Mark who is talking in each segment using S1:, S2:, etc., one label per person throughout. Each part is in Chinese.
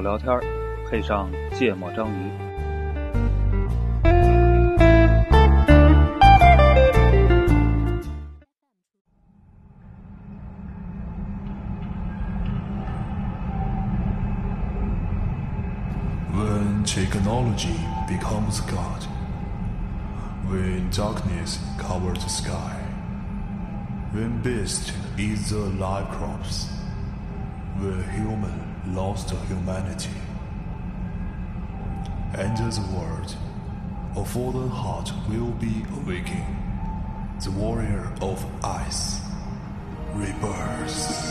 S1: 聊天儿，配上芥末章鱼。
S2: When technology becomes God, when darkness covers the sky, when beast eats the live crops, when human lost humanity, enter the world, a fallen heart will be awaking. The warrior of ice rebirths.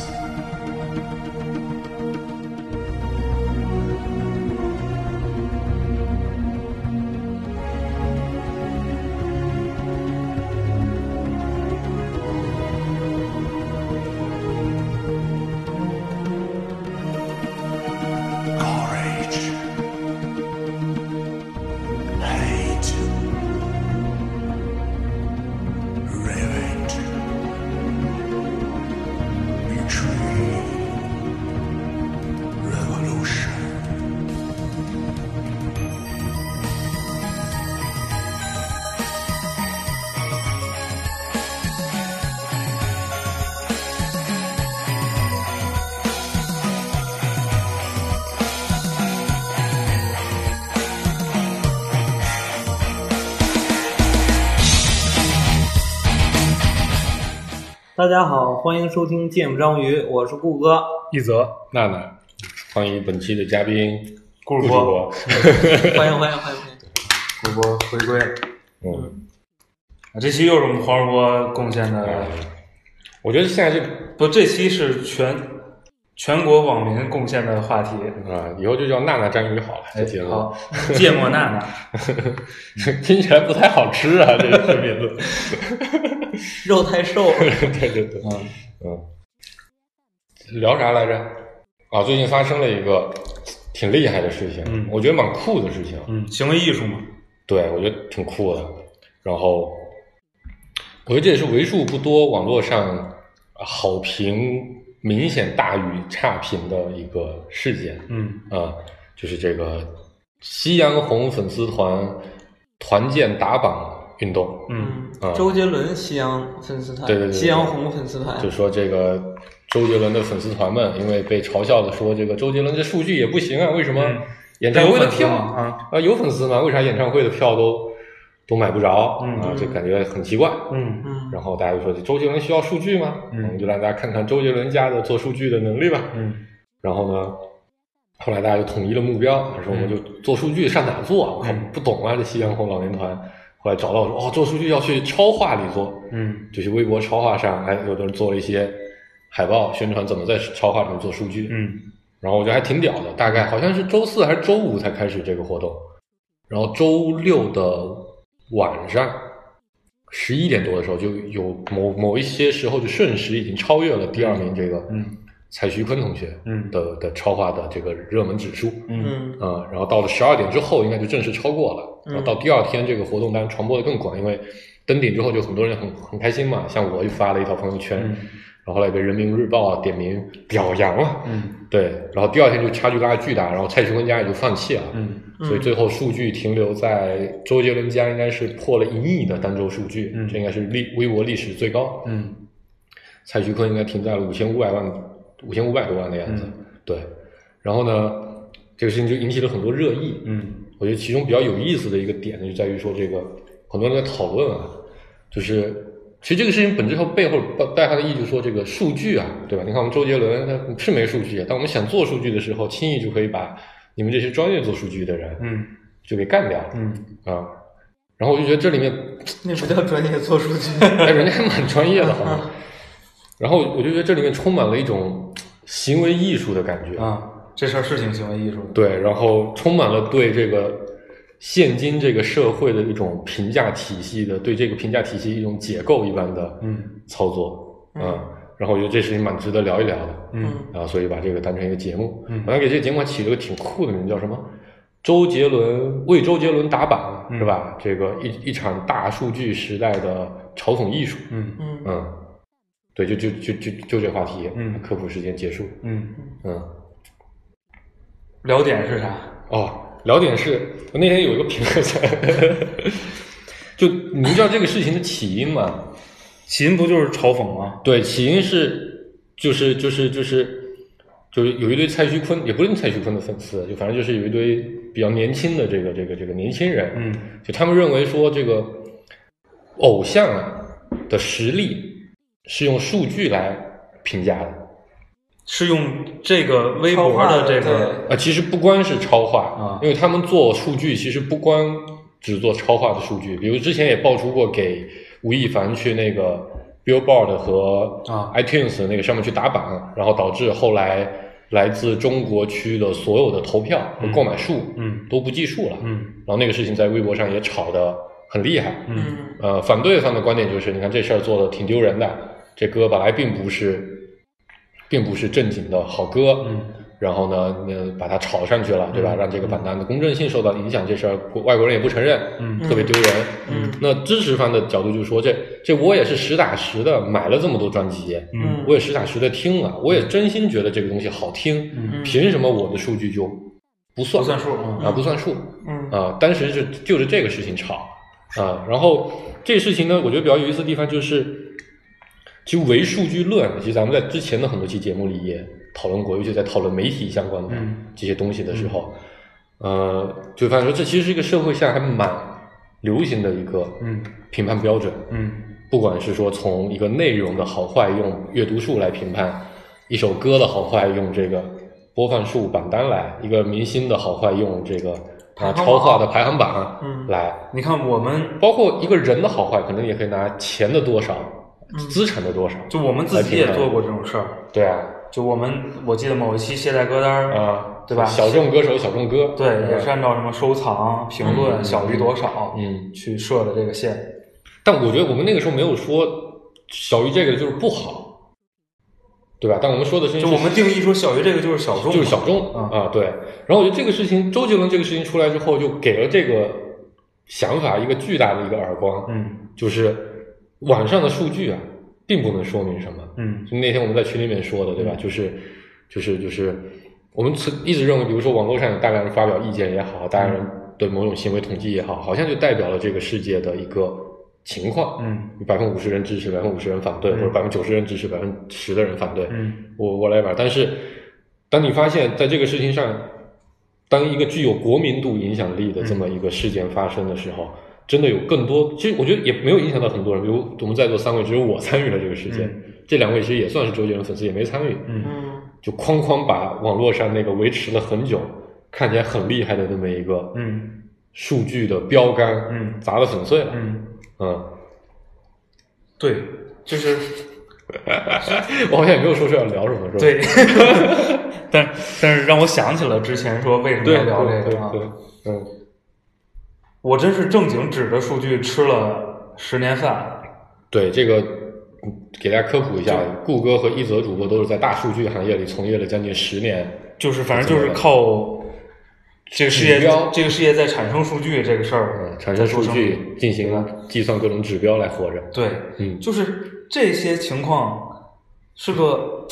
S3: 大家好，欢迎收听《芥末章鱼》，我是顾哥。
S4: 一泽，
S5: 娜娜，欢迎本期的嘉宾
S4: 顾
S5: 顾
S4: 主
S5: 主
S4: 播，
S5: 播。
S3: 欢迎欢迎欢迎！
S4: 顾主播回归。
S5: 嗯，
S4: 啊这期又是我们黄主播贡献的，
S5: 我觉得现在就
S4: 不，这期是全全国网民贡献的话题。
S5: 啊、以后就叫娜娜章鱼好了，这节目、
S4: 哎 好，芥末娜娜，
S5: 听起来不太好吃 啊，这个名字。
S3: 肉太瘦了，
S5: 对对对，嗯聊啥来着？啊，最近发生了一个挺厉害的事情，
S4: 嗯
S5: 我觉得蛮酷的事情。
S4: 嗯，行为艺术嘛，
S5: 对，我觉得挺酷的。然后，我觉得这也是为数不多网络上好评明显大于差评的一个事件
S4: 嗯，
S5: 啊、就是这个夕阳红粉丝团团建打榜运动，
S4: 嗯，
S5: 啊
S3: 周杰伦夕阳粉丝团，
S5: 对对对对
S3: 夕阳啊红粉丝团，
S5: 就说这个周杰伦的粉丝团们，因为被嘲笑的说这个周杰伦这数据也不行啊，为什么
S4: 嗯
S5: 演唱会的
S4: 有粉丝
S5: 票
S4: 吗啊，
S5: 啊有粉丝嘛，为啥演唱会的票都都买不着、
S4: 嗯
S5: 啊？这感觉很奇怪。
S4: 嗯
S3: 嗯，
S5: 然后大家就说这周杰伦需要数据吗？
S4: 嗯
S5: 我们就让大家看看周杰伦家的做数据的能力吧。
S4: 嗯
S5: 然后呢，后来大家就统一了目标，说我们就做数据上哪做啊？我靠
S4: 嗯
S5: 不懂啊，这夕阳红老年团。后来找到我说哦，做数据要去超话里做，
S4: 嗯
S5: 就去微博超话上，哎，有的人做了一些海报宣传怎么在超话里面做数据，
S4: 嗯
S5: 然后我觉得还挺屌的，大概好像是周四还是周五才开始这个活动，然后周六的晚上十一点多的时候，就有某某一些时候就瞬时已经超越了第二名这个
S4: 嗯
S5: 蔡徐坤同学
S4: 嗯
S5: 的的超话的这个热门指数，
S4: 嗯
S3: 嗯
S5: 嗯，然后到了十二点之后，应该就正式超过
S3: 嗯
S5: 了。然后到第二天，这个活动当然传播的更广，因为登顶之后就很多人很很开心嘛，像我就发了一条朋友圈，
S4: 嗯
S5: 然后后来被人民日报啊点名表扬了，
S4: 嗯
S5: 对，然后第二天就差距拉巨大，然后蔡徐坤家也就放弃了，
S4: 嗯
S3: 嗯
S5: 所以最后数据停留在周杰伦家应该是破了一亿的单周数据，
S4: 嗯
S5: 这应该是历微博历史最高，
S4: 嗯
S5: 蔡徐坤应该停在了五千五百万、五千五百多万的样子。
S4: 嗯
S5: 对，然后呢，这个事情就引起了很多热议。
S4: 嗯
S5: 我觉得其中比较有意思的一个点呢，就在于说这个很多人在讨论啊，就是其实这个事情本质后背后带它的意义，就是说这个数据啊，对吧？你看我们周杰伦他是没数据啊，但我们想做数据的时候，轻易就可以把你们这些专业做数据的人
S4: 嗯
S5: 就给干掉了、
S4: 嗯
S5: 啊。然后我就觉得这里面
S3: 那不叫专业做数据，
S5: 哎，人家还蛮专业的，好吗？然后我就觉得这里面充满了一种行为艺术的感觉，
S4: 啊，这事儿是挺行为艺术的，
S5: 对，然后充满了对这个现今这个社会的一种评价体系的，对这个评价体系一种解构一般的
S4: 嗯
S5: 操作，
S3: 嗯
S5: 然后我觉得这事情蛮值得聊一聊的，
S4: 嗯
S5: 啊，所以把这个当成一个节目，
S4: 嗯
S5: 好像给这个节目还起了个挺酷的名字，叫什么？周杰伦为周杰伦打榜
S4: 嗯
S5: 是吧？这个一一场大数据时代的嘲讽艺术，
S4: 嗯
S3: 嗯
S5: 嗯，对，就就就就就这话题，
S4: 嗯
S5: 科普时间结束，
S4: 嗯
S5: 嗯，
S4: 聊点是啥？
S5: 哦，聊点是，我那天有一个评论在，就你们知道这个事情的起因吗？
S4: 起因不就是嘲讽吗？
S5: 对，起因是就是就是就是就是有一堆蔡徐坤，也不是蔡徐坤的粉丝，啊就反正就是有一堆比较年轻的这个这个这个年轻人，
S4: 嗯，
S5: 就他们认为说这个偶像啊的实力是用数据来评价的。
S4: 是用这个微博的这
S3: 超话
S4: 个
S3: 对
S5: 啊，其实不光是超话
S4: 啊
S5: 因为他们做数据其实不光只做超话的数据，比如之前也爆出过给吴亦凡去那个 Billboard 和
S4: 啊
S5: iTunes 那个上面去打榜，然后导致后来来自中国区的所有的投票和购买数，
S4: 嗯
S5: 都不计数了，
S4: 嗯
S5: 然后那个事情在微博上也炒得很厉害，
S4: 嗯
S5: 呃，反对方的观点就是，你看这事儿做的挺丢人的，这歌本来并不是，并不是正经的好歌，
S4: 嗯，
S5: 然后呢，呃，把它炒上去了，对吧？
S4: 嗯
S5: 让这个榜单的公正性受到影响，这事儿国外国人也不承认，
S4: 嗯
S5: 特别丢人。
S3: 嗯
S5: 那支持方的角度就说，这这我也是实打实的买了这么多专辑，
S4: 嗯
S5: 我也实打实的听了，我也真心觉得这个东西好听，
S4: 嗯
S5: 凭什么我的数据就不算
S4: 不算数啊
S5: 啊？不算数，
S3: 嗯
S5: 啊，当时是就是这个事情吵啊，然后这事情呢，我觉得比较有意思的地方就是，其实唯数据论，其实咱们在之前的很多期节目里也讨论过，尤其在讨论媒体相关的
S4: 嗯
S5: 这些东西的时候，呃，就发现说这其实是一个社会上还蛮流行的一个
S4: 嗯
S5: 评判标准，
S4: 嗯
S5: 不管是说从一个内容的好坏用阅读数来评判，一首歌的好坏用这个播放数榜单来，一个明星的好坏用这个啊
S3: 排行榜
S5: 超话的排行榜
S3: 嗯
S5: 来，
S4: 你看我们
S5: 包括一个人的好坏，可能也可以拿钱的多少、
S3: 嗯
S5: 资产的多少，
S4: 就我们自己也做过这种事儿，
S5: 对啊，
S4: 就我们我记得某一期卸载歌单儿
S5: 啊，
S4: 嗯对吧
S5: 小众歌手、小众歌，
S4: 对，
S5: 嗯
S4: 也是按照什么收藏、评论、
S5: 嗯
S4: 小于多少，
S5: 嗯
S4: 去设的这个线。
S5: 但我觉得我们那个时候没有说小于这个就是不好，对吧？但我们说的是
S4: 就我们定义说小于这个就是小众嘛，
S5: 就是小众
S4: 啊
S5: 啊，对。然后我觉得这个事情，周杰伦这个事情出来之后，就给了这个想法一个巨大的一个耳光，
S4: 嗯
S5: 就是网上的数据啊，并不能说明什么。
S4: 嗯
S5: 就那天我们在群里面说的，对吧？就是就是就是，我们曾一直认为，比如说网络上有大量人发表意见也好，大量人
S4: 嗯
S5: 对某种行为统计也好，好像就代表了这个世界的一个情况。
S4: 嗯
S5: 百分之五十人支持，百分之五十人反对，
S4: 嗯
S5: 或者百分之九十人支持，百分之十的人反对。
S4: 嗯
S5: 我我来玩。但是，当你发现在这个事情上，当一个具有国民度影响力的这么
S4: 嗯
S5: 一个事件发生的时候，真的有更多。其实我觉得也没有影响到很多人，比如我们在座三位，只有我参与了这个事件，
S4: 嗯
S5: 这两位其实也算是周杰伦粉丝，也没参与，
S4: 嗯
S3: 嗯
S5: 就哐哐把网络上那个维持了很久，看起来很厉害的那么一个
S4: 嗯
S5: 数据的标杆，
S4: 嗯
S5: 砸得粉碎了，
S4: 嗯，
S5: 嗯。
S4: 对，就是
S5: 我好像也没有说是要聊什么，是吧？
S4: 对， 但但是让我想起了之前说为什么
S5: 对
S4: 要聊这
S5: 对
S4: 个啊
S5: 对，对嗯，
S4: 我真是正经指着数据吃了十年饭，
S5: 对这个，嗯给大家科普一下，顾哥和一泽主播都是在大数据行业里从业了将近十年。
S4: 就是反正就是靠这个事业
S5: 指标，
S4: 这个事业在产生数据这个事儿
S5: 嗯，，产生数
S4: 在做生意
S5: 据，进行计算各种指标来活着。
S4: 对，
S5: 嗯，
S4: 就是这些情况是个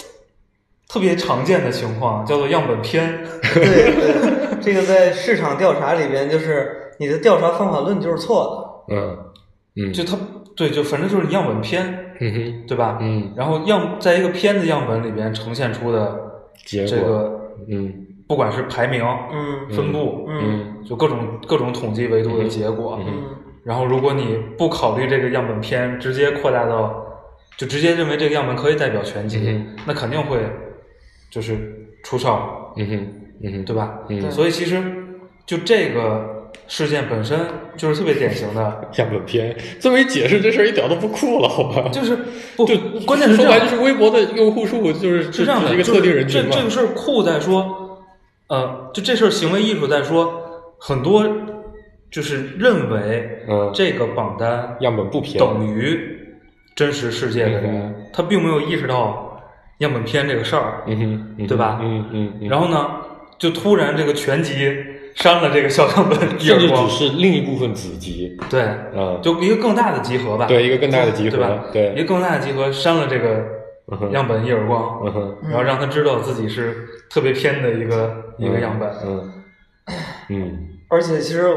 S4: 特别常见的情况，叫做样本偏。
S5: 嗯
S3: 对对，这个在市场调查里边，就是你的调查方法论就是错
S5: 嗯，嗯，
S4: 就它对，就反正就是你样本偏，
S5: 嗯哼，
S4: 对吧？
S5: 嗯，
S4: 然后样在一个偏的样本里边呈现出的
S5: 结
S4: 这
S5: 果，
S4: 个，
S5: 嗯
S4: 不管是排名、
S3: 的。嗯
S4: 分布，
S3: 嗯
S5: 嗯
S4: 就各种各种统计维度的结果。
S5: 嗯
S3: 嗯
S4: 然后，如果你不考虑这个样本偏，直接扩大到，就直接认为这个样本可以代表全集，
S5: 嗯
S4: 那肯定会就是出事
S5: 嗯哼，嗯哼，
S4: 对吧？
S5: 嗯
S4: 所以其实就这个事件本身就是特别典型的，
S5: 样本片这么一解释，这事儿一点都不酷了，好吧？
S4: 就是不
S5: 嗯就
S4: 关键是
S5: 说
S4: 这
S5: 白
S4: 样
S5: 了，就是微博的用户数就是
S4: 是
S5: 只
S4: 这样
S5: 只
S4: 的，
S5: 是一个
S4: 就
S5: 特定人群
S4: 这
S5: 嘛
S4: 这。个事儿酷在说，呃，就这事儿行为艺术在说，很多就是认为
S5: 嗯，
S4: 这个榜单
S5: 样本不偏，
S4: 等于真实世界的
S5: 嗯
S4: 人，他并没有意识到样本片这个事儿。
S5: 嗯哼，嗯哼
S4: 对吧
S5: 嗯嗯，嗯
S4: 然后呢，就突然这个全集删了这个小样本一
S5: 甚
S4: 耳
S5: 至
S4: 光
S5: 只，是另一部分子集，
S4: 对，
S5: 嗯，
S4: 就一个更大的集合吧。
S5: 对一个更大的集合
S4: 对吧？
S5: 对
S4: 一个更大的集合删了这个
S5: 嗯哼
S4: 样本一耳光，
S5: 嗯哼，
S4: 然后让他知道自己是特别偏的一个一个样本。
S5: 嗯嗯
S3: 而且其实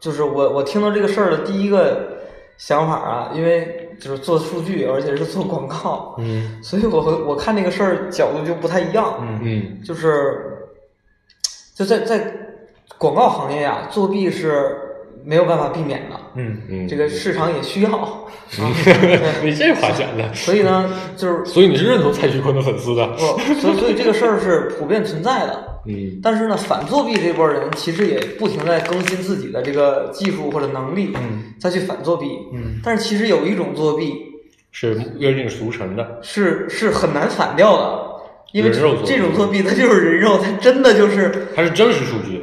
S3: 就是我我听到这个事儿的第一个想法啊，因为就是做数据，而且是做广告，
S5: 嗯
S3: 所以我和我看这个事儿角度就不太一样。
S4: 嗯
S5: 嗯
S3: 就是就在在广告行业啊，作弊是没有办法避免的，
S4: 嗯
S5: 嗯，
S3: 这个市场也需要。
S5: 你这话讲的，
S3: 所以呢，就是
S5: 所以你是认同蔡徐坤的粉丝的？
S3: 我所以所以这个事儿是普遍存在的。
S5: 嗯
S3: 但是呢，反作弊这波人其实也不停在更新自己的这个技术或者能力，
S4: 嗯
S3: 再去反作弊。
S4: 嗯
S3: 但是其实有一种作弊
S5: 是约定俗成的，
S3: 是是很难反掉的，因为
S5: 人肉作弊
S3: 这种作弊它就是人肉，它真的就是
S5: 它是真实数据，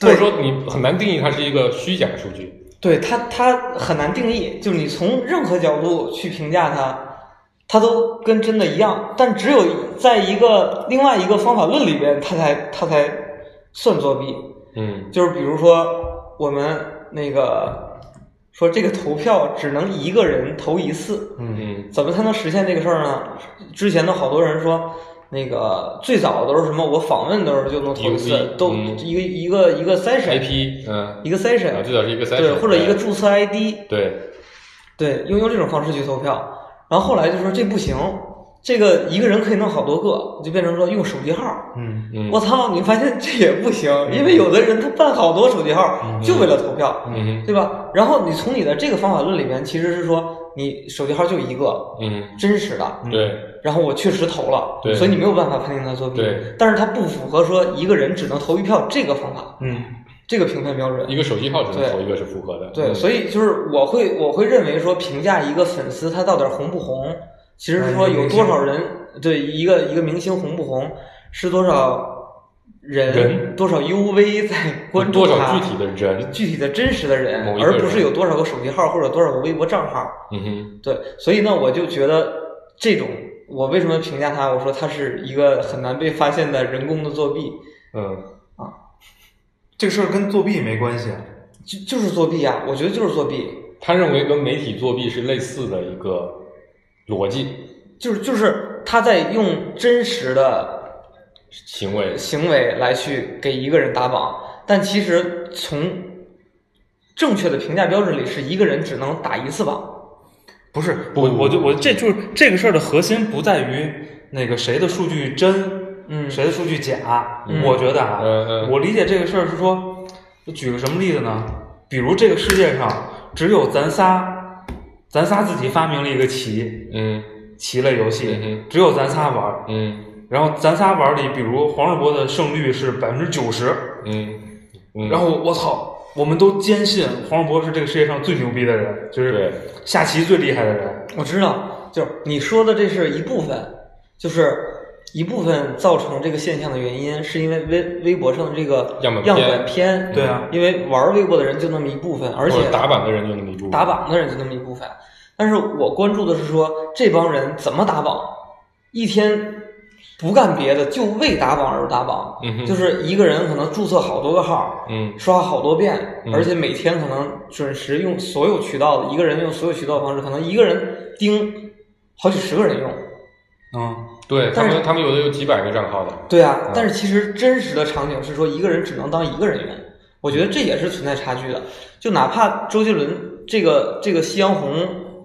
S5: 或
S3: 对
S5: 者说你很难定义它是一个虚假数据。
S3: 对它，它很难定义，就是你从任何角度去评价它，它都跟真的一样。但只有在一个另外一个方法论里边，它才它才算作弊。
S5: 嗯
S3: 就是比如说，我们那个说这个投票只能一个人投一次，
S4: 嗯
S5: 嗯
S3: 怎么才能实现这个事儿呢？之前的好多人说，那个最早都是什么？我访问的时候就能投一次
S5: UV，
S3: 都
S5: 嗯
S3: 一个一个一个 session，
S5: ，IP 嗯
S3: 一个 session，
S5: 啊，最早是一个三
S3: 对，或者一个注册 ID。
S5: 对，
S3: 对，用用这种方式去投票。然后后来就说这不行，这个一个人可以弄好多个，就变成说用手机号。
S4: 嗯
S5: 嗯
S3: 我操，你发现这也不行，因为有的人他办好多手机号就为了投票，
S5: 嗯
S3: 对吧？然后你从你的这个方法论里面，其实是说你手机号就一个
S5: 嗯
S3: 真实的，
S5: 对
S3: 然后我确实投了
S5: 对，
S3: 所以你没有办法判定他作弊
S5: 对。
S3: 但是他不符合说一个人只能投一票这个方法，
S4: 嗯
S3: 这个评分标准。
S5: 一个手机号只能
S3: 对
S5: 投一个是符合的，嗯
S3: 对，所以就是我会我会认为说，评价一个粉丝他到底红不红，其实是说有多少人对一个一个明星红不红是多少人
S5: 人
S3: 多少 UV 在关注
S5: 多
S3: 他
S5: 少具体的人，
S3: 具体的真实的人
S5: 某一，个人
S3: 而不是有多少个手机号或者多少个微博账号。
S5: 嗯哼，
S3: 对，所以呢，我就觉得这种我为什么评价他，我说他是一个很难被发现的人工的作弊，
S5: 嗯
S4: 这个事儿跟作弊没关系。啊
S3: 就就是作弊啊，我觉得就是作弊。
S5: 他认为跟媒体作弊是类似的一个逻辑
S3: 就是就是他在用真实的
S5: 行为，
S3: 行为来去给一个人打榜，但其实从正确的评价标准里，是一个人只能打一次榜。
S4: 不是，
S5: 不
S4: 我
S5: 不
S4: 我就
S5: 不
S4: 我这就是这个事儿的核心不在于那个谁的数据真，
S3: 嗯
S4: 谁的数据假。
S5: 嗯
S4: 我觉得啊，
S5: 嗯嗯
S4: 我理解这个事儿是说，我举个什么例子呢？比如这个世界上只有咱仨，咱仨自己发明了一个棋
S5: 嗯
S4: 棋类游戏，
S5: 嗯哼
S4: 只有咱仨玩儿。
S5: 嗯
S4: 然后咱仨玩儿里，比如黄世博的胜率是百分之九十，
S5: 嗯嗯，
S4: 然后我操，我们都坚信黄世博是这个世界上最牛逼的人，就是
S5: 对
S4: 下棋最厉害的人。
S3: 我知道，就是你说的这是一部分，就是一部分造成这个现象的原因，是因为微微博上的这个
S5: 样本
S3: 样
S5: 偏
S3: 本偏，
S4: 对啊
S3: 因为玩微博的人就那么一部分，而
S5: 或
S3: 且
S5: 者打榜的人就那么一部分
S3: 打榜的人就那么一部分。但是我关注的是说这帮人怎么打榜，一天不干别的，就为打榜而打榜。
S5: 嗯哼
S3: 就是一个人可能注册好多个号，
S5: 嗯
S3: 刷好多遍，
S5: 嗯
S3: 而且每天可能准时用所有渠道的，一个人用所有渠道的方式，可能一个人盯好几十个人用。
S4: 嗯
S5: 对他
S3: 但是
S5: 们他们有的有几百个账号的，
S3: 对啊，但是其实真实的场景是说一个人只能当一个人员，我觉得这也是存在差距的。就哪怕周杰伦这个这个夕阳红，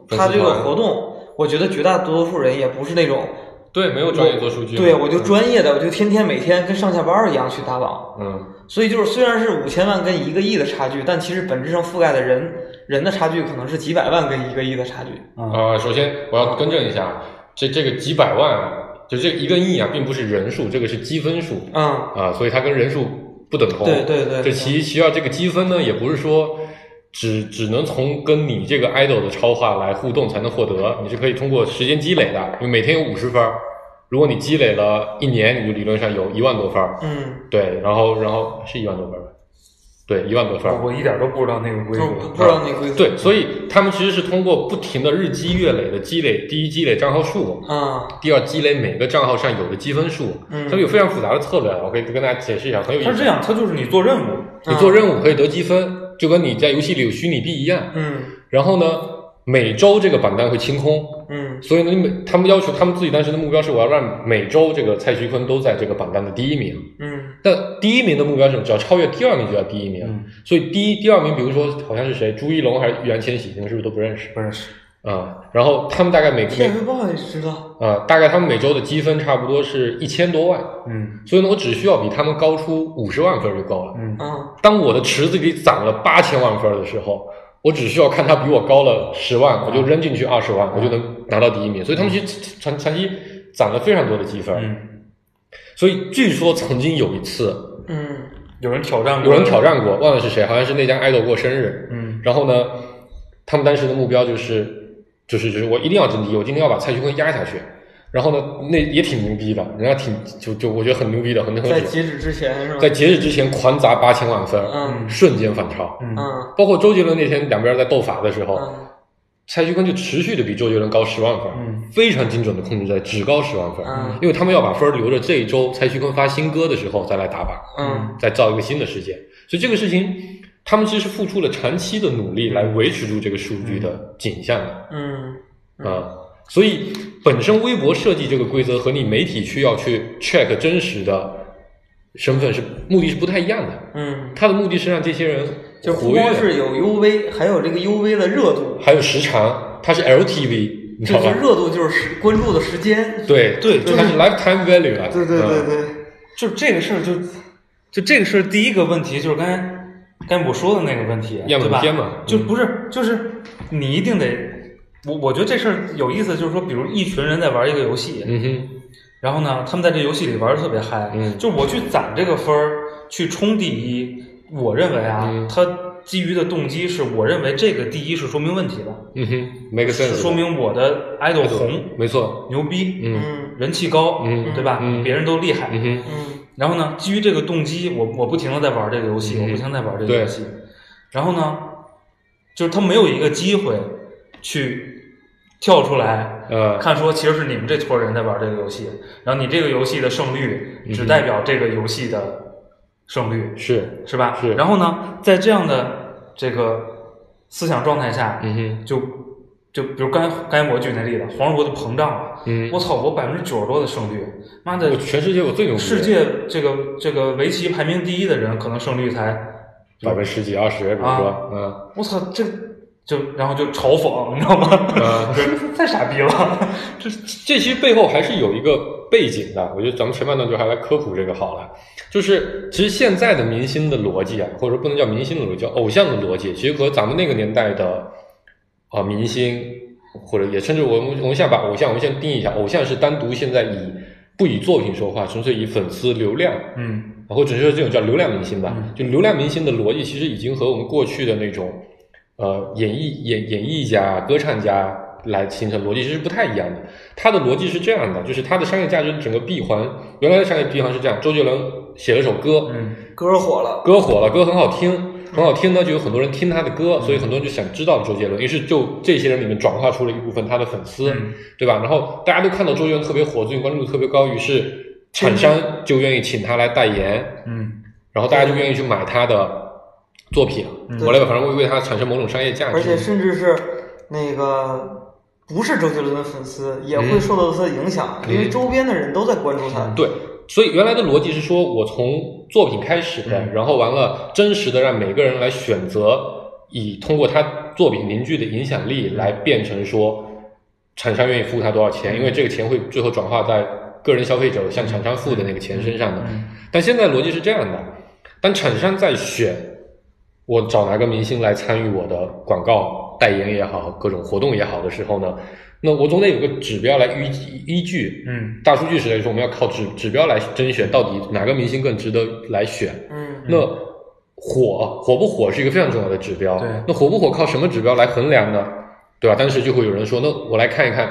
S5: 粉丝
S3: 他
S5: 团
S3: 这个活动，我觉得绝大多数人也不是那种，
S5: 对，嗯没有专业做数据嘛，
S3: 对我就专业的，我就天天每天跟上下班儿一样去打榜。
S5: 嗯
S3: 所以就是虽然是五千万跟一个亿的差距，但其实本质上覆盖的人人的差距可能是几百万跟一个亿的差距。
S4: 啊
S5: 啊，首先我要更正一下，这这个几百万啊，就这一个亿啊，并不是人数，这个是积分数
S3: 嗯，
S5: 啊，所以它跟人数不等同。
S3: 对对对
S5: 这其其二，这个积分呢，也不是说只只能从跟你这个 idol 的超话来互动才能获得，你是可以通过时间积累的，因为每天有五十分儿，如果你积累了一年，你就理论上有一万多分儿。
S3: 嗯，
S5: 对，然后然后是一万多分儿吧？对，一万多分儿。
S4: 我一点都不知道那个规
S3: 就不
S4: 则。啊
S3: 不知道那个规则。
S5: 啊对，所以他们其实是通过不停的日积月累的积累，第一积累账号数，
S3: 嗯，
S5: 第二积累每个账号上有的积分数，
S3: 嗯
S5: 他们有非常复杂的策略，啊我可以跟大家解释一下，很有意思。
S4: 它是这样，它就是你做任务，
S5: 你做任务可以得积分，就跟你在游戏里有虚拟币一样。
S3: 嗯
S5: 然后呢，每周这个榜单会清空，
S3: 嗯
S5: 所以呢，你每他们要求他们自己当时的目标是我要让每周这个蔡徐坤都在这个榜单的第一名。
S3: 嗯
S5: 但第一名的目标是只要超越第二名就叫第一名，
S4: 嗯
S5: 所以第一、第二名，比如说好像是谁，朱一龙还是易烊千玺，你们是不是都不认识
S4: 不认识。
S5: 啊、然后他们大概每每
S3: 电视报也知道，
S5: 啊、大概他们每周的积分差不多是一千多万，
S4: 嗯
S5: 所以呢，我只需要比他们高出五十万分就够了。
S4: 嗯
S3: 嗯
S5: 当我的池子里攒了八千万分的时候，我只需要看他比我高了十万，我
S3: 啊
S5: 就扔进去二十万，我就能拿到第一名。所以他们
S3: 嗯
S5: 其实长长期攒了非常多的积分。
S4: 嗯，
S5: 所以据说曾经有一次，
S3: 嗯
S4: 有人挑战过，
S5: 有人挑，战过，忘了是谁，好像是那家爱豆过生日。
S4: 嗯
S5: 然后呢，他们当时的目标就是，就是就是我一定要争第一，我今天要把蔡徐坤压下去。然后呢，那也挺牛逼的，人家挺就就我觉得很牛逼的，很很
S3: 在
S5: 很，
S3: 截止之前是吧？
S5: 在截止之前狂砸八千万分，
S3: 嗯
S5: 瞬间反超。
S4: 嗯
S3: 嗯
S5: 包括周杰伦那天两边在斗法的时候，
S3: 嗯
S5: 蔡徐坤就持续的比周杰伦高十万分，
S4: 嗯
S5: 非常精准的控制在只高十万分，
S3: 嗯
S5: 因为他们要把分留着这一周蔡徐坤发新歌的时候再来打靶，
S3: 嗯
S5: 再造一个新的世界。所以这个事情，他们其实付出了长期的努力来维持住这个数据的景象的啊、
S3: 嗯
S5: 所以本身微博设计这个规则和你媒体需要去 check 真实的身份是目的是不太一样的，
S3: 嗯，
S5: 它的目的是让这些人
S3: 就不
S5: 活跃
S3: 光。是有 UV，还有这个 UV 的热度，
S5: 还有时长，它是 LTV，你
S3: 就
S5: 知道
S3: 是
S5: 吧？
S3: 热度就是时关注的时间。
S5: 对
S4: 对就是
S5: 它是 lifetime value 啊。
S3: 对对对
S5: 嗯
S3: 对，
S4: 就这个事儿，就就这个事儿，第一个问题就是刚才刚才我说的那个问题，
S5: 样
S4: 对
S5: 本
S4: 吧？
S5: 片嘛
S4: 就
S5: 嗯
S4: 不是，就是你一定得，我我觉得这事儿有意思，就是说，比如一群人在玩一个游戏，
S5: 嗯哼，
S4: 然后呢，他们在这游戏里玩的特别嗨，
S5: 嗯
S4: 就我去攒这个分儿去冲第一，我认为啊，
S5: 嗯
S4: 他基于的动机是我认为这个第一是说明问题的，
S5: 嗯哼，make
S4: 是
S5: sense。
S4: 说明我的 idol 红
S5: 没错，
S4: 牛逼，
S5: 嗯
S3: 嗯
S4: 人气高，
S5: 嗯
S4: 对吧？
S5: 嗯
S4: 别人都厉害，
S5: 嗯哼，
S3: 嗯
S4: 然后呢，基于这个动机，我我不停的在玩这个游戏，
S5: 嗯
S4: 我不停地在玩这个游戏。然后呢，就是他没有一个机会去跳出来，
S5: 呃，
S4: 看说其实是你们这撮人在玩这个游戏，然后你这个游戏的胜率
S5: 嗯
S4: 只代表这个游戏的胜率，
S5: 是，
S4: 是吧？
S5: 是
S4: 然后呢，在这样的这个思想状态下，
S5: 嗯哼，
S4: 就就比如刚才刚才我举那例子，黄世博就膨胀了。
S5: 嗯，
S4: 我操，我百分之九十多的胜率，妈的
S5: 我，全世界我最牛逼的，
S4: 世界这个这个围棋排名第一的人，可能胜率才，
S5: 百分之十几二十，比如
S4: 啊
S5: 说，嗯
S4: 我操，这就然后就嘲讽，你知道吗？
S5: 嗯，
S4: 这太傻逼了，这
S5: 这其实背后还是有一个背景的。我觉得咱们前半段就还来科普这个好了，就是其实现在的明星的逻辑啊，或者说不能叫明星的逻辑，叫啊偶像的逻辑，其实和咱们那个年代的啊、呃明星，或者也甚至我们我们现在把偶像，我们现在定义一下，偶像是单独现在以不以作品说话，纯粹以粉丝流量
S4: 嗯
S5: 然后准确说这种叫流量明星吧，
S4: 嗯
S5: 就流量明星的逻辑其实已经和我们过去的那种呃演艺演演艺家、歌唱家来形成逻辑其实不太一样的。它的逻辑是这样的，就是它的商业价值整个闭环，原来的商业闭环是这样：周杰伦写了首歌，
S4: 嗯
S3: 歌火了，
S5: 歌火了，歌很好听。很好听呢，就有很多人听他的歌，
S4: 嗯
S5: 所以很多人就想知道周杰伦，于是就这些人里面转化出了一部分他的粉丝，
S4: 嗯
S5: 对吧？然后大家都看到周杰伦特别火，最近关注度特别高，于是厂商就愿意请他来代言，
S4: 嗯
S5: 然后大家就愿意去买他的作品，
S4: 嗯
S5: 我来反正会为他产生某种商业价值。
S3: 而且甚至是那个不是周杰伦的粉丝也会受到他的影响，因为周边的人都在关注
S4: 嗯
S3: 他。
S5: 对，所以原来的逻辑是说我从作品开始的，
S4: 嗯
S5: 然后完了真实的让每个人来选择，以通过他作品凝聚的影响力来变成说厂商愿意付他多少钱，因为这个钱会最后转化在个人消费者向厂商付的那个钱身上的。
S4: 嗯
S5: 但现在逻辑是这样的：当厂商在选我找哪个明星来参与我的广告代言也好，各种活动也好的时候呢，那我总得有个指标来依依据。
S4: 嗯
S5: 大数据时代说，我们要靠指指标来甄选到底哪个明星更值得来选。
S3: 嗯
S5: 那火火不火是一个非常重要的指标。
S4: 对
S5: 那火不火靠什么指标来衡量呢？对吧？当时就会有人说，那我来看一看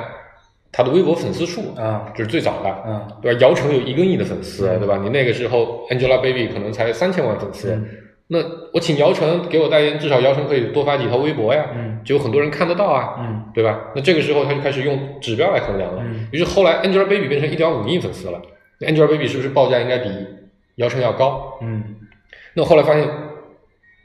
S5: 他的微博粉丝数，
S4: 啊
S5: 这是最早的。
S4: 啊
S5: 对吧？姚晨有一个亿的粉丝，
S4: 嗯
S5: 对吧？你那个时候 Angelababy 可能才三千万粉丝，
S4: 嗯
S5: 那我请姚晨给我代言，至少姚晨可以多发几条微博呀，
S4: 嗯
S5: 就有很多人看得到啊，
S4: 嗯
S5: 对吧？那这个时候他就开始用指标来衡量了。
S4: 嗯
S5: 于是后来 Angelababy 变成一点五亿粉丝了那，Angelababy 是不是报价应该比姚晨要高？
S4: 嗯
S5: 那后来发现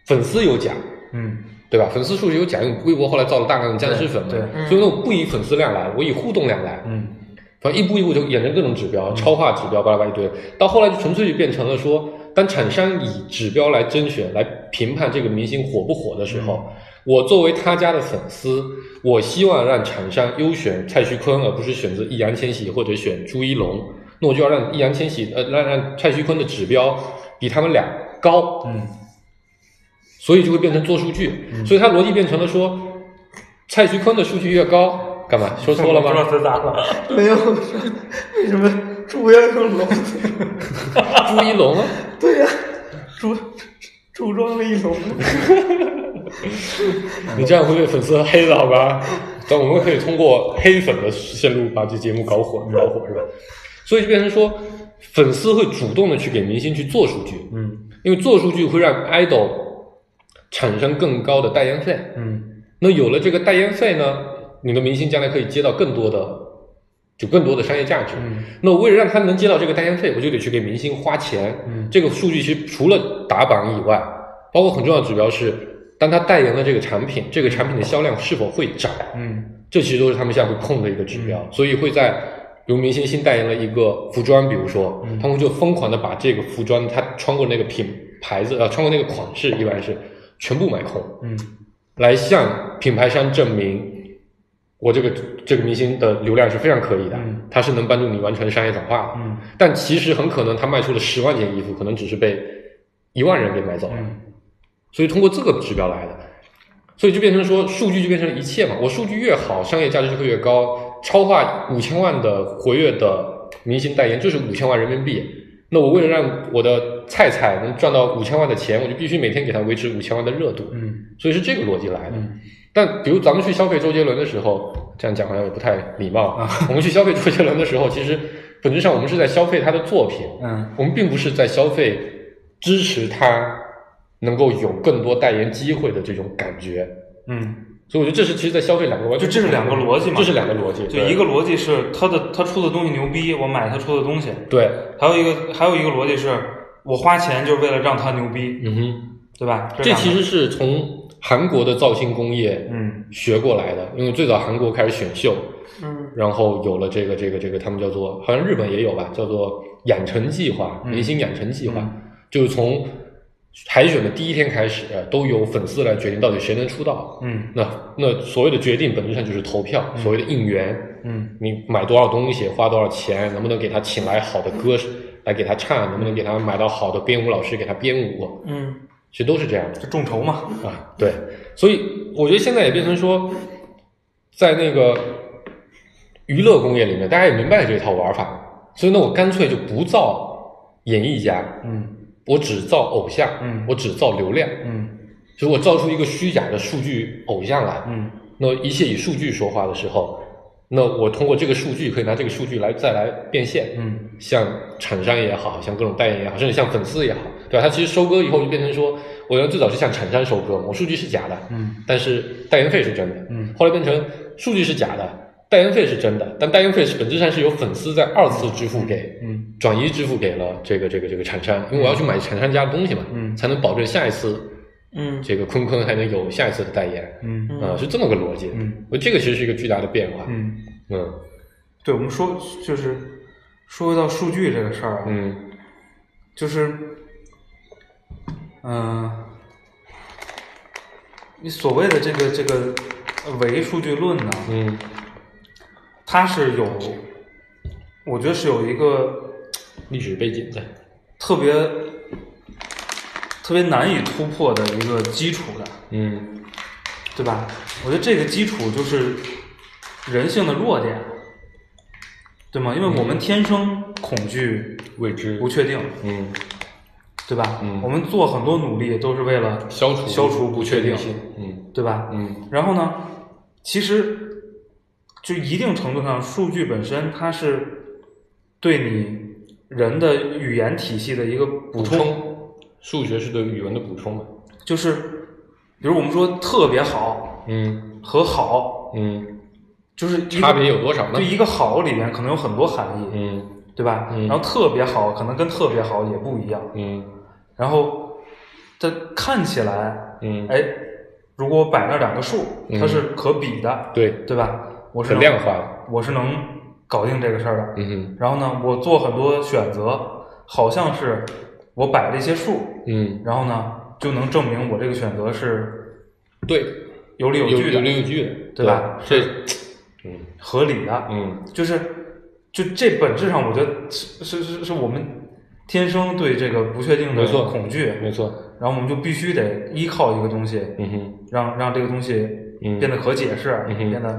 S5: 粉丝有假，
S4: 嗯
S5: 对吧？粉丝数有讲，因为微博后来造了大量的僵尸粉嘛，
S4: 对对
S3: 嗯
S5: 所以呢，我不以粉丝量来，我以互动量来，
S4: 嗯
S5: 反正一步一步就衍生各种指标，超话指标巴拉巴拉一堆，到后来就纯粹就变成了说，当厂商以指标来甄选、来评判这个明星火不火的时候，我作为他家的粉丝，我希望让厂商优选蔡徐坤，而不是选择易烊千玺或者选朱一龙，那我就要让易烊千玺呃让让蔡徐坤的指标比他们俩高，
S4: 嗯
S5: 所以就会变成做数据，所以它逻辑变成了说，蔡徐坤的数据越高，干嘛？ 说错了吗？
S4: 我不知道这咋了？
S3: 没有，哎为什么猪要用龙？
S5: 朱一龙啊，
S3: 对呀、猪 猪装了一龙。
S5: 你这样会被粉丝黑的好吧？但我们可以通过黑粉的线路把这节目搞火，搞火是吧？所以就变成说，粉丝会主动的去给明星去做数据，
S4: 嗯
S5: 因为做数据会让 idol 产生更高的代言费。
S4: 嗯
S5: 那有了这个代言费呢，你的明星将来可以接到更多的，就更多的商业价值。
S4: 嗯
S5: 那我为了让他能接到这个代言费，我就得去给明星花钱。
S4: 嗯
S5: 这个数据其实除了打榜以外，包括很重要的指标是，当他代言了这个产品，这个产品的销量是否会涨，
S4: 嗯
S5: 这其实都是他们现在会控的一个指标。
S4: 嗯
S5: 所以会在，比如明星新代言了一个服装，比如说，
S4: 嗯
S5: 他们就疯狂的把这个服装他穿过那个品牌子，呃，穿过那个款式，一般是全部买空。
S4: 嗯
S5: 来向品牌商证明，我这个这个明星的流量是非常可以的，
S4: 嗯
S5: 它是能帮助你完成商业转化的。
S4: 嗯
S5: 但其实很可能他卖出了十万件衣服，可能只是被一万人给买走了。
S4: 嗯
S5: 所以通过这个指标来的，所以就变成说数据就变成一切嘛，我数据越好，商业价值就会越高。超话五千万的活跃的明星代言就是五千万人民币，那我为了让我的菜菜能赚到五千万的钱，我就必须每天给他维持五千万的热度，
S4: 嗯
S5: 所以是这个逻辑来的。
S4: 嗯
S5: 但比如咱们去消费周杰伦的时候，这样讲好像也不太礼貌。啊 我们去消费周杰伦的时候，其实本质上我们是在消费他的作品，
S4: 嗯
S5: 我们并不是在消费支持他能够有更多代言机会的这种感觉。
S4: 嗯，
S5: 所以我觉得这是其实，在消费两个完
S4: 就
S5: 全
S4: 这是两个逻辑嘛，
S5: 这是两个逻辑，
S4: 就
S5: 对
S4: 一个逻辑是他的他出的东西牛逼，我买他出的东西，
S5: 对，
S4: 还有一个还有一个逻辑是我花钱就是为了让他牛逼，
S5: 嗯哼，
S4: 对吧？
S5: 这
S4: 两个
S5: 其实是从韩国的造星工业
S4: 嗯
S5: 学过来的，因为最早韩国开始选秀，
S3: 嗯
S5: 然后有了这个这个这个，他们叫做好像日本也有吧，叫做养成计划，
S4: 嗯
S5: 明星养成计划，
S4: 嗯
S5: 就是从海选的第一天开始，呃都由粉丝来决定到底谁能出道。
S4: 嗯
S5: 那那所谓的决定本质上就是投票，所谓的应援，
S4: 嗯
S5: 你买多少东西，花多少钱，能不能给他请来好的歌手来给他唱，能不能给他买到好的编舞老师给他编舞，
S3: 嗯，
S5: 其实都是这样的。
S4: 就众筹嘛，
S5: 啊，对，所以我觉得现在也变成说，在那个娱乐工业里面，大家也明白这套玩法，所以呢，我干脆就不造演艺家，
S4: 嗯
S5: 我只造偶像，
S4: 嗯
S5: 我只造流量，
S4: 嗯
S5: 就是我造出一个虚假的数据偶像来，
S4: 嗯
S5: 那一切以数据说话的时候，那我通过这个数据可以拿这个数据来再来变现，
S4: 嗯
S5: 像厂商也好，像各种代言也好，甚至像粉丝也好，对吧？它其实收割以后就变成说，我原来最早是向厂商收割嘛，我数据是假的，
S4: 嗯
S5: 但是代言费是真的。
S4: 嗯
S5: 后来变成数据是假的，代言费是真的，但代言费是本质上是由粉丝在二次支付给、
S4: 嗯
S5: 转移支付给了这个这个这个厂商，因为我要去买厂商家的东西嘛，
S4: 嗯
S5: 才能保证下一次
S3: 嗯
S5: 这个坤坤还能有下一次的代言，
S4: 嗯
S5: 啊、是这么个逻辑。
S4: 嗯
S5: 我这个其实是一个巨大的变化。
S4: 嗯，
S5: 嗯
S4: 对，我们说就是说回到数据这个事儿啊，
S5: 嗯
S4: 就是，嗯、你所谓的这个这个呃唯数据论呢，
S5: 嗯
S4: 它是有，我觉得是有一个
S5: 历史背景在。
S4: 特别特别难以突破的一个基础的，
S5: 嗯
S4: 对吧？我觉得这个基础就是人性的弱点，对吗？因为我们天生恐惧
S5: 未知
S4: 不确定，
S5: 嗯
S4: 对吧？
S5: 嗯
S4: 我们做很多努力都是为了
S5: 消除
S4: 消除不确定
S5: 性。嗯
S4: 对吧？
S5: 嗯
S4: 然后呢，其实就一定程度上，数据本身它是对你人的语言体系的一个补
S5: 补
S4: 充，
S5: 充数学是对语文的补充嘛。
S4: 就是比如我们说特别好
S5: 嗯
S4: 和好，
S5: 嗯，
S4: 就是一个
S5: 差别有多少呢
S4: 对？一个好里面可能有很多含义，
S5: 嗯
S4: 对吧？
S5: 嗯
S4: 然后特别好可能跟特别好也不一样，
S5: 嗯
S4: 然后它看起来，
S5: 嗯
S4: 哎，如果我摆那两个数，
S5: 嗯
S4: 它是可比的，
S5: 对，
S4: 对吧？我是
S5: 很
S4: 能
S5: 量化的，
S4: 我是能搞定这个事儿的。
S5: 嗯哼，
S4: 然后呢，我做很多选择，好像是我摆了一些数，
S5: 嗯，
S4: 然后呢就能证明我这个选择是
S5: 对，
S4: 有理
S5: 有
S4: 据的、
S5: 有理有据的，
S4: 对吧
S5: 这，嗯
S4: 合理的。
S5: 嗯，
S4: 就是就这本质上，我觉得是是是是我们天生对这个不确定的
S5: 没错
S4: 恐惧，
S5: 没错，
S4: 然后我们就必须得依靠一个东西，
S5: 嗯哼，
S4: 让让这个东西
S5: 嗯，
S4: 变得可解释，
S5: 嗯哼
S4: 变得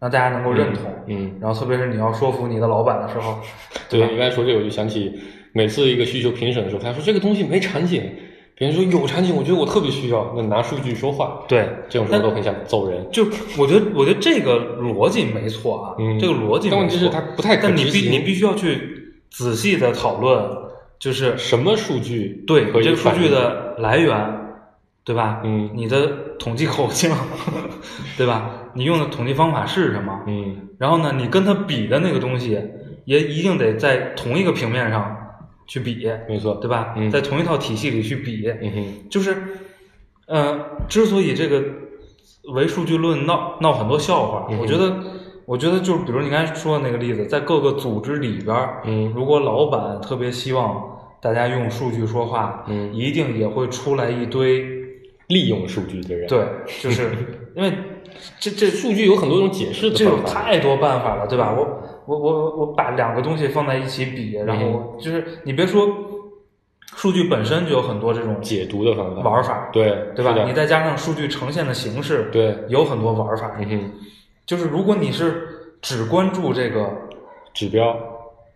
S4: 让大家能够认同。
S5: 嗯，
S4: 然后，特别是你要说服你的老板的时候，
S5: 对，你刚才说这个，我就想起每次一个需求评审的时候，他说这个东西没产品，别人说有产品，我觉得我特别需要，那拿数据说话，
S4: 对，
S5: 这种时候都很想走人。
S4: 就我觉得，我觉得这个逻辑没错啊，
S5: 嗯
S4: 这个逻辑没错。
S5: 但问题是它不太可
S4: 但你
S5: 执
S4: 必
S5: 行
S4: 你必须要去仔细的讨论，就是
S5: 什么数据
S4: 对你
S5: 可以
S4: 这个数
S5: 反
S4: 据
S5: 映
S4: 的来源，对吧？
S5: 嗯
S4: 你的统计口径， 对吧？你用的统计方法是什么？
S5: 嗯
S4: 然后呢，你跟它比的那个东西，也一定得在同一个平面上去比，
S5: 没错，
S4: 对吧？
S5: 嗯
S4: 在同一套体系里去比，
S5: 嗯哼，
S4: 就是，呃，之所以这个唯数据论闹闹很多笑话，
S5: 嗯哼
S4: 我觉得，我觉得就是比如你刚才说的那个例子，在各个组织里边儿，
S5: 嗯
S4: 如果老板特别希望大家用数据说话，
S5: 嗯
S4: 一定也会出来一堆，
S5: 利用数据的人，
S4: 对，就是 因为这这
S5: 数据有很多种解释
S4: 这
S5: 的
S4: 有
S5: 方法，
S4: 太多办法了，对吧？我我我我我把两个东西放在一起比，然后
S5: 嗯
S4: 我就是你别说数据本身就有很多这种
S5: 解读的方法，
S4: 玩法，
S5: 对
S4: 对
S5: 是
S4: 吧？
S5: 的
S4: 你再加上数据呈现的形式，
S5: 对
S4: 有很多玩法。
S5: 嗯哼，
S4: 就是如果你是只关注这个
S5: 指标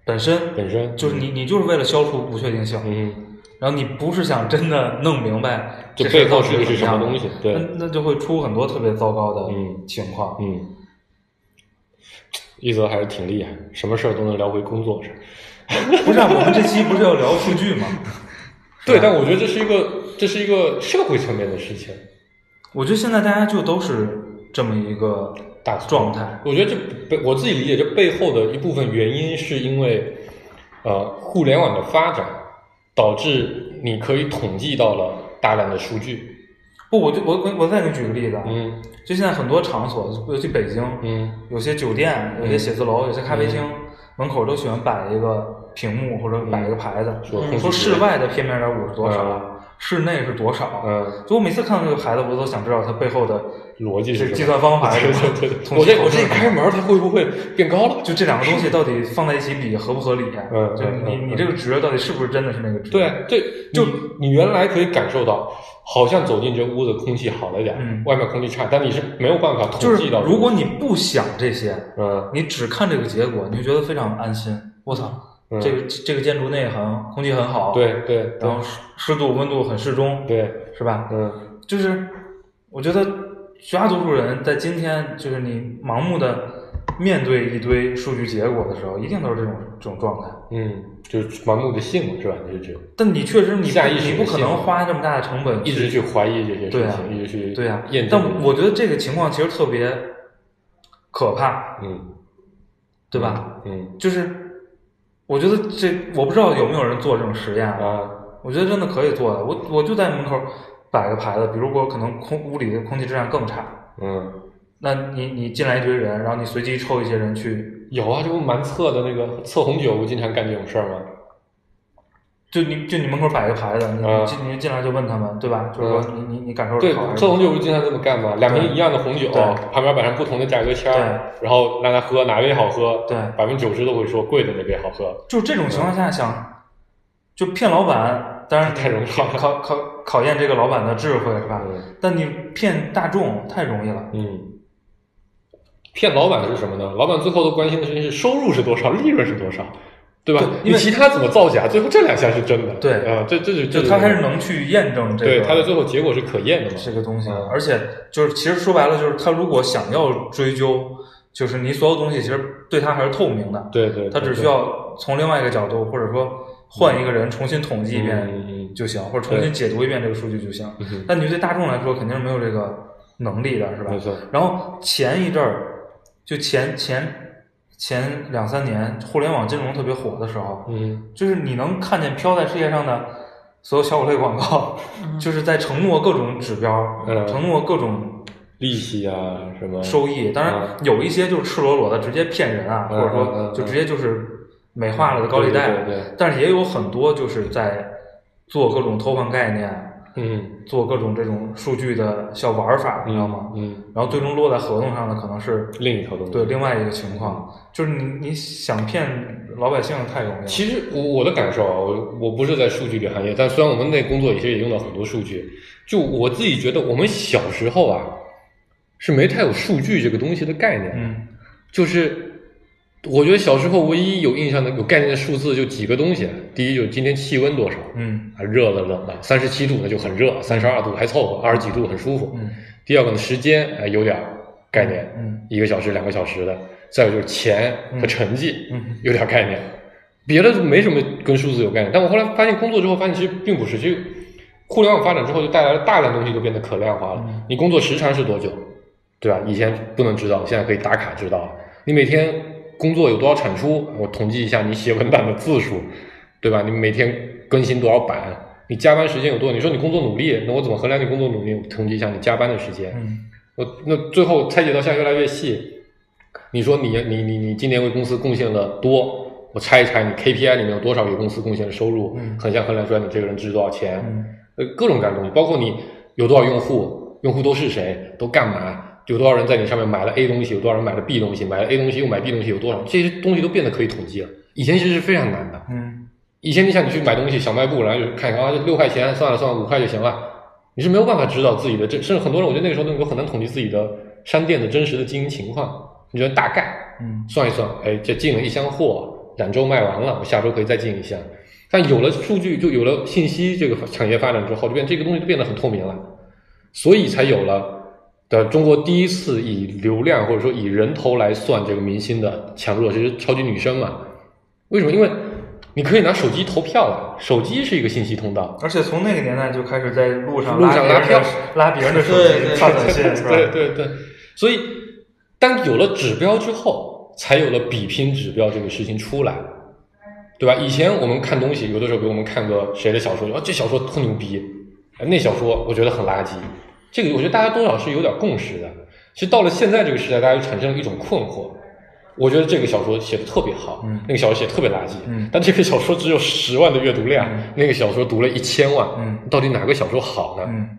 S4: 本身，
S5: 本身
S4: 就是你你就是为了消除不确定性，
S5: 嗯哼，
S4: 然后你不是想真的弄明白
S5: 这
S4: 事儿
S5: 背后
S4: 到底
S5: 是个是
S4: 怎
S5: 什么
S4: 样的
S5: 东西对
S4: 那那就会出很多特别糟糕的
S5: 嗯
S4: 情况。
S5: 嗯，一泽还是挺厉害，什么事儿都能聊回工作上。
S4: 不是、啊，我们这期不是要聊数据吗？ 啊
S5: 对，但我觉得这是一个这是一个社会层面的事情，
S4: 我觉得现在大家就都是这么一个
S5: 大
S4: 状态。
S5: 我觉得这背我自己理解，这背后的一部分原因是因为，呃，互联网的发展导致你可以统计到了大量的数据。
S4: 不，我就我我我再给你举个例子啊，
S5: 嗯
S4: 就现在很多场所，尤其北京，
S5: 嗯
S4: 有些酒店、有些写字楼、有些咖啡厅、门口都喜欢摆一个屏幕或者摆一个牌子，
S5: 嗯说
S4: 说室外的片面点五是多少，
S5: 嗯
S4: 室内是多少。
S5: 嗯，
S4: 就我每次看到这个牌子，我都想知道它背后的
S5: 逻辑
S4: 这
S5: 是
S4: 计
S5: 什么
S4: 算方法是
S5: 对
S4: 什
S5: 对对
S4: 么。
S5: 对，
S4: 统
S5: 我
S4: 计
S5: 这我这一
S4: 口径
S5: 开门，它会不会变高了？
S4: 就这两个东西到底放在一起比合不合理？啊
S5: 嗯
S4: 就
S5: 嗯
S4: 你
S5: 嗯
S4: 你这个值到底是不是真的是那个值？
S5: 对，这就
S4: 嗯
S5: 你原来可以感受到，好像走进这屋子空气好了点儿，
S4: 嗯
S5: 外面空气差，但你是没有办法
S4: 就
S5: 统
S4: 是
S5: 计到的。
S4: 如果你不想这些，
S5: 嗯
S4: 你只看这个结果，你会觉得非常安心。我操，
S5: 嗯，
S4: 这个嗯这个建筑内很空气很好，，
S5: 对对
S4: 然后湿湿度温度很适中，
S5: 对，
S4: 是吧？
S5: 嗯
S4: 就是我觉得绝大多数人在今天，就是你盲目的面对一堆数据结果的时候，一定都是这种这种状态。
S5: 嗯，就是盲目的信嘛，是吧？就是这种。
S4: 但你确实你不
S5: 下意识
S4: 你
S5: 地
S4: 不可能
S5: 信
S4: 花这么大的成本
S5: 一直去怀疑这些事情，
S4: 对啊
S5: 一直去
S4: 对呀、
S5: 验证。
S4: 但我觉得这个情况其实特别可怕，
S5: 嗯
S4: 对吧？
S5: 嗯
S4: 就是我觉得这我不知道有没有人做这种实验啊，
S5: 啊
S4: 我觉得真的可以做的。我我就在门口摆个牌子，比如我可能空屋里的空气质量更差，
S5: 嗯，
S4: 那你你进来一堆人，然后你随机抽一些人去，
S5: 有啊，这不蛮测的那个测红酒，不经常干这种事儿吗？
S4: 就你就你门口摆个牌子，你
S5: 啊
S4: 你进你进来就问他们，对吧？就是说你你你感受
S5: 对
S4: 是好，还是
S5: 测
S4: 不
S5: 红
S4: 好？
S5: 酒不经常这么干吗？两瓶一样的红酒，
S4: 对
S5: 旁边摆上不同的价格签儿，然后让他喝哪杯好喝，
S4: 对
S5: 百分之九十都会说贵的那杯好喝。
S4: 就这种情况下想，就骗老板，当然
S5: 嗯太容易
S4: 考
S5: 了
S4: 考考考验这个老板的智慧是吧？
S5: 嗯
S4: 但你骗大众太容易了，
S5: 嗯，骗老板是什么呢？老板最后都关心的事情是收入是多少，利润是多少。对吧
S4: 对？因
S5: 你
S4: 为
S5: 其他怎么造假，最后这两项是真的。
S4: 对
S5: 啊，这这就这
S4: 就他还是能去验证这个
S5: 对它的最后结果是可验的嘛？
S4: 这个东西
S5: 嗯，
S4: 而且就是其实说白了就是他如果想要追究，就是你所有东西其实对他还是透明的，
S5: 对对，
S4: 他
S5: 对
S4: 只需要从另外一个角度或者说换一个人重新统计一
S5: 嗯嗯
S4: 遍
S5: 嗯
S4: 就行，或者重新解读一遍这个数据就行
S5: 嗯哼。
S4: 但你对大众来说肯定是没有这个能力的，是吧？
S5: 没错
S4: 然后前一阵儿，就前前前两三年，互联网金融特别火的时候，
S5: 嗯
S4: 就是你能看见飘在世界上的所有小狗类广告，就是在承诺各种指标，
S5: 嗯
S4: 承诺各种
S5: 利息啊什么
S4: 收益。当然，有一些就是赤裸裸的直接骗人啊，
S5: 嗯
S4: 或者
S5: 嗯
S4: 说
S5: 嗯
S4: 就直接就是美化了的高利贷。啊
S5: 对对对对
S4: 但是也有很多就是在做各种偷换概念，啊
S5: 嗯，
S4: 做各种这种数据的小玩法，你知道吗？
S5: 嗯，
S4: 然后最终落在合同上的可能是
S5: 另一条东西。
S4: 对另外一个情况，就是你你想骗老百姓太容易了。
S5: 其实我我的感受啊，我我不是在数据这行业，但虽然我们那工作也是也用到很多数据，就我自己觉得我们小时候啊是没太有数据这个东西的概念，
S4: 嗯
S5: 就是我觉得小时候唯一有印象的有概念的数字就几个东西，第一就是今天气温多少，
S4: 嗯
S5: 啊热了冷了，三十七度那就很热，三十二度还凑合，二十几度很舒服。
S4: 嗯
S5: 第二个呢时间哎有点概念，
S4: 嗯
S5: 一个小时、两个小时的，再有就是钱和成绩，
S4: 嗯
S5: 有点概念，别的没什么跟数字有概念。但我后来发现工作之后，发现其实并不是，其实互联网发展之后就带来了大量东西都变得可量化了。
S4: 嗯
S5: 你工作时长是多久，对吧？以前不能知道，现在可以打卡知道了。你每天工作有多少产出，我统计一下你写文档的字数，对吧？你每天更新多少版？你加班时间有多少？你说你工作努力，那我怎么衡量你工作努力？我统计一下你加班的时间。
S4: 嗯
S5: 我那最后拆解到现在越来越细，你说你你你你今年为公司贡献了多，我拆一拆你 KPI 里面有多少给公司贡献的收入，
S4: 嗯
S5: 横向衡量出来你这个人值多少钱，
S4: 嗯
S5: 呃各种各样的东西，包括你有多少用户，用户都是谁，都干嘛。有多少人在你上面买了 A 东西，有多少人买了 B 东西，买了 A 东西又买 B 东西，有多少？这些东西都变得可以统计了。以前其实是非常难的，
S4: 嗯
S5: 以前你想你去买东西，小卖部，然后就是看一看啊，这六块钱，算了算了，五块就行了。你是没有办法知道自己的这，甚至很多人，我觉得那个时候都很难统计自己的商店的真实的经营情况。你觉得大概
S4: 嗯
S5: 算一算，哎，这进了一箱货，冉州卖完了，我下周可以再进一箱。但有了数据，就有了信息这个产业发展之后，就变这个东西就变得很透明了，所以才有了的中国第一次以流量或者说以人头来算这个明星的强弱，就是超级女声嘛。为什么？因为你可以拿手机投票了，手机是一个信息通道。
S4: 而且从那个年代就开始在路上
S5: 路上
S4: 拉别人
S5: 拉
S4: 的拉别人的手
S3: 对
S4: 机
S3: 对
S4: 发 短信是吧？
S5: 对对对，所以当有了指标之后，才有了比拼指标这个事情出来，对吧？以前我们看东西，有的时候比如我们看个谁的小说，啊，这小说特牛逼，哎那小说我觉得很垃圾，这个我觉得大家多少是有点共识的。其实到了现在这个时代，大家就产生了一种困惑。我觉得这个小说写的特别好，
S4: 嗯
S5: 那个小说写得特别垃圾，
S4: 嗯
S5: 但这个小说只有十万的阅读量，
S4: 嗯
S5: 那个小说读了一千万，
S4: 嗯
S5: 到底哪个小说好呢？
S4: 嗯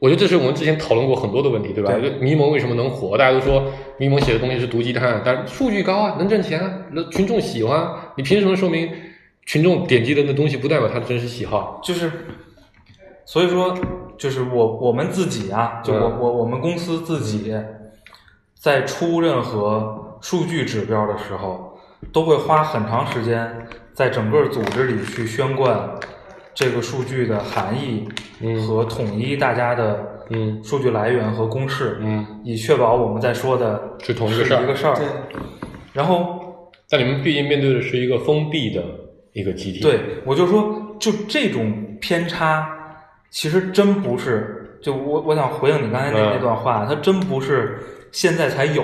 S5: 我觉得这是我们之前讨论过很多的问题，对吧？
S4: 对
S5: 就迷蒙为什么能火？大家都说迷蒙写的东西是毒鸡汤，但是数据高啊，能挣钱啊，那群众喜欢啊，你凭什么说明群众点击的那东西不代表他的真实喜好？
S4: 就是，所以说，就是我我们自己啊，就我、
S5: 嗯
S4: 我我们公司自己，在出任何数据指标的时候，都会花很长时间在整个组织里去宣贯这个数据的含义
S5: 嗯
S4: 和统一大家的
S5: 嗯
S4: 数据来源和公式，
S5: 嗯，
S4: 以确保我们在说的
S5: 是同一个
S4: 是
S5: 事儿
S4: 一个事儿。
S3: 对，
S4: 然后
S5: 但你们毕竟面对的是一个封闭的一个集体，
S4: 对，我就说，就这种偏差，其实真不是。就我我想回应你刚才那、
S5: 嗯
S4: 那段话，它真不是现在才有，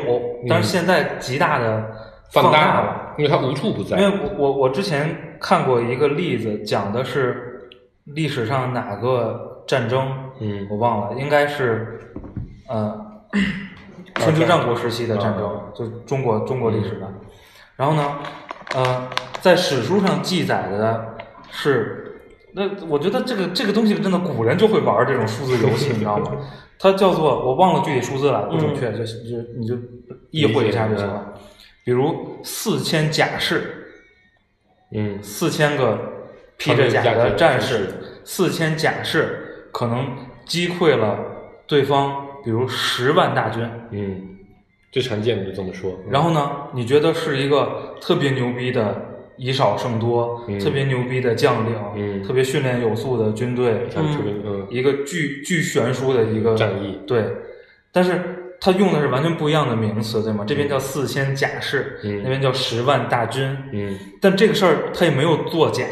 S4: 但是现在极大的
S5: 嗯放
S4: 大
S5: 大了，因为它无处不在
S4: 因。为我我我之前看过一个例子，讲的是历史上哪个战争，
S5: 嗯
S4: 我忘了，应该是呃春秋战国时期的战
S5: 哦
S4: 争，就中国中国历
S5: 嗯
S4: 史的。然后呢，呃，在史书上记载的是，那我觉得这个这个东西真的古人就会玩这种数字游戏，你知道 吗？它叫做我忘了具体数字了，不
S5: 嗯
S4: 准确，就就你就意会一下就行了。比如四千甲士，
S5: 嗯
S4: 四千个披着甲的战士，四千甲士可能击溃了对方，比如十万大军。
S5: 嗯，最常见的就这么说。嗯
S4: 然后呢，你觉得是一个特别牛逼的以少胜多、
S5: 嗯
S4: 特别牛逼的将领、
S5: 嗯
S4: 特别训练有素的军队，
S5: 像这个嗯
S4: 一个巨巨悬殊的一个
S5: 战役
S4: 对，但是他用的是完全不一样的名词，对吗？这边叫四千甲士，
S5: 嗯
S4: 那边叫十万大军。
S5: 嗯
S4: 但这个事儿他也没有作假，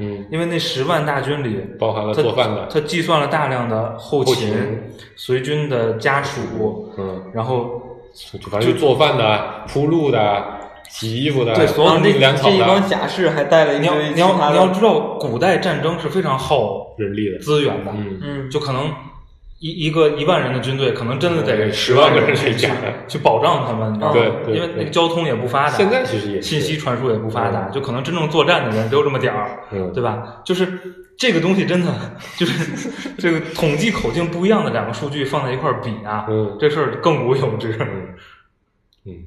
S5: 嗯，
S4: 因为那十万大军里，
S5: 包含了做饭的
S4: 他计算了大量的后
S5: 后
S4: 勤、
S5: 勤
S4: 随军的家属，
S5: 嗯，
S4: 然后
S5: 啊就反正就做饭的、铺路的、洗衣服的，啊
S4: 对所有
S5: 当
S4: 的那
S5: 兵粮
S3: 这
S5: 草
S3: 一帮
S5: 的，啊
S3: 假士还带了一
S4: 你要
S3: 堆
S4: 你
S3: 其
S4: 要
S3: 他
S4: 你要
S3: 的，
S4: 知道，古代战争是非常耗
S5: 人力的，
S4: 资源的，
S5: 嗯，
S3: 嗯，
S4: 就可能一一个一万人的军队，可能真的得
S5: 对10万个嗯人
S4: 去
S5: 去
S4: 去
S5: 打
S4: 去保障他们，你知道吗？
S5: 对对
S4: 因为那个
S5: 对
S4: 交通也不发达，
S5: 现嗯在其嗯实也是
S4: 信息传输也不发达，就可能真正作战的人只有这么点儿，
S5: 嗯
S4: 对吧？就是这个东西真的就是 这个统计口径不一样的两个数据放在一块儿比啊，
S5: 嗯
S4: 这事儿更无有之。
S5: 嗯，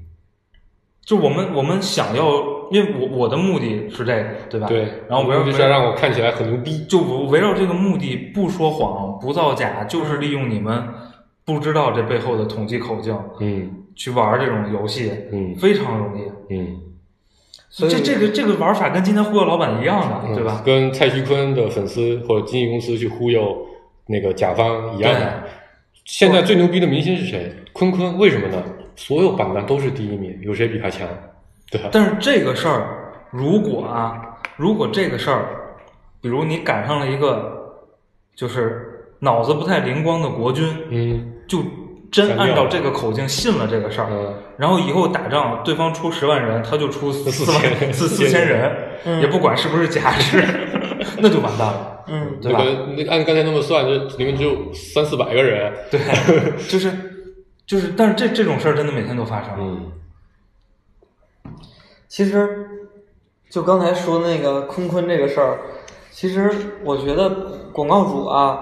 S4: 就我们我们想要，因为我我的目的是这个，对吧？
S5: 对，
S4: 然后我要
S5: 就是要让我看起来很牛逼，
S4: 就我围绕这个目的，不说谎，不造假，就是利用你们不知道这背后的统计口径
S5: 嗯
S4: 去玩这种游戏，
S5: 嗯
S4: 非常容易。
S5: 嗯，
S3: 所以
S4: 这这个这个玩法跟今天忽悠老板一样的，
S5: 嗯
S4: 对吧？
S5: 跟蔡徐坤的粉丝或者经纪公司去忽悠那个甲方一样的。现在最牛逼的明星是谁？坤坤，为什么呢？所有榜单都是第一名，有谁比他强？对吧？
S4: 但是这个事儿，如果啊，如果这个事儿，比如你赶上了一个就是脑子不太灵光的国军，
S5: 嗯
S4: 就真
S5: 闪亮
S4: 按照这个口径信了这个事儿，
S5: 嗯
S4: 然后以后打仗，对方出十万人，他就出四
S5: 四千
S4: 万四四千人，也不管是不是假释， 那就完蛋了，
S3: 嗯，
S4: 对
S5: 那
S4: 吧？
S5: 个那个按刚才那么算，就里面只有三四百个人。
S4: 对，就是就是，但是这这种事儿真的每天都发生。
S5: 嗯
S3: 其实就刚才说那个坤坤这个事儿，其实我觉得广告主啊，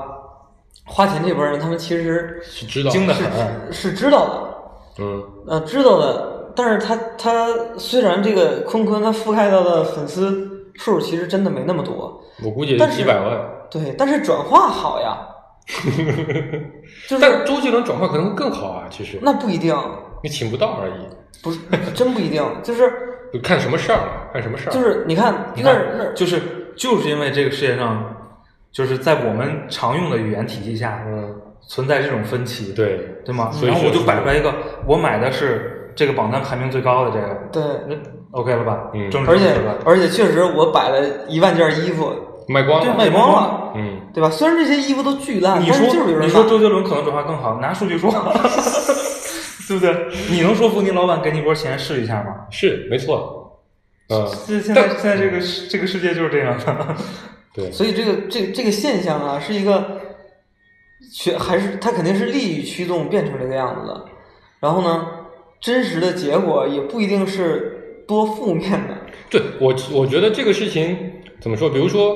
S3: 花钱这波人，他们其实
S5: 是知道
S4: 精得
S5: 的。
S4: 很，
S3: 是知道的，
S5: 嗯
S3: 呃，知道的，但是他他虽然这个坤坤他覆盖到的粉丝数其实真的没那么多，，
S5: 我估计也
S3: 但
S5: 就是几百万。
S3: 对，但是转化好 呀，就
S5: 但
S3: 是
S5: 周杰伦转化可能会更好啊，其实
S3: 那不一定，
S5: 你请不到而已，
S3: 不是 真不一定，就是
S5: 就看什么事儿了，看什么事儿。
S3: 就是你看
S4: 你
S3: 那
S4: 看
S3: 儿那，儿
S4: 就是就是因为这个世界上，就是在我们常用的语言体系下，
S5: 嗯，
S4: 存在这种分歧，
S5: 对，
S4: 对吗？
S5: 所以
S4: 然后我
S5: 是
S4: 就摆出来一个，我买的是这个榜单排名最高的这个，
S3: 对，
S4: 那 OK 了吧？哦
S5: 嗯
S4: 正
S3: 而
S4: 正
S3: 且
S4: 确了。
S3: 而且确实我摆了一万件衣服，
S5: 卖光
S4: 对
S5: 了。
S3: 卖光了。
S5: 嗯，
S3: 对吧？虽然这些衣服都巨烂，
S4: 你
S3: 但
S4: 说
S3: 是就是有人
S4: 你说
S3: 买
S4: 周杰伦可能转化更好，拿数据说， 对不对？你能说服你老板给你一波钱试一下吗？
S5: 是没错。嗯，
S4: 现现在现在这个世这个世界就是这样 的，
S5: 对，
S3: 所以这个这这个现象啊，是一个学还是它肯定是利益驱动变成这个样子的。然后呢，真实的结果也不一定是多负面的。
S5: 对我我觉得这个事情怎么说？比如说，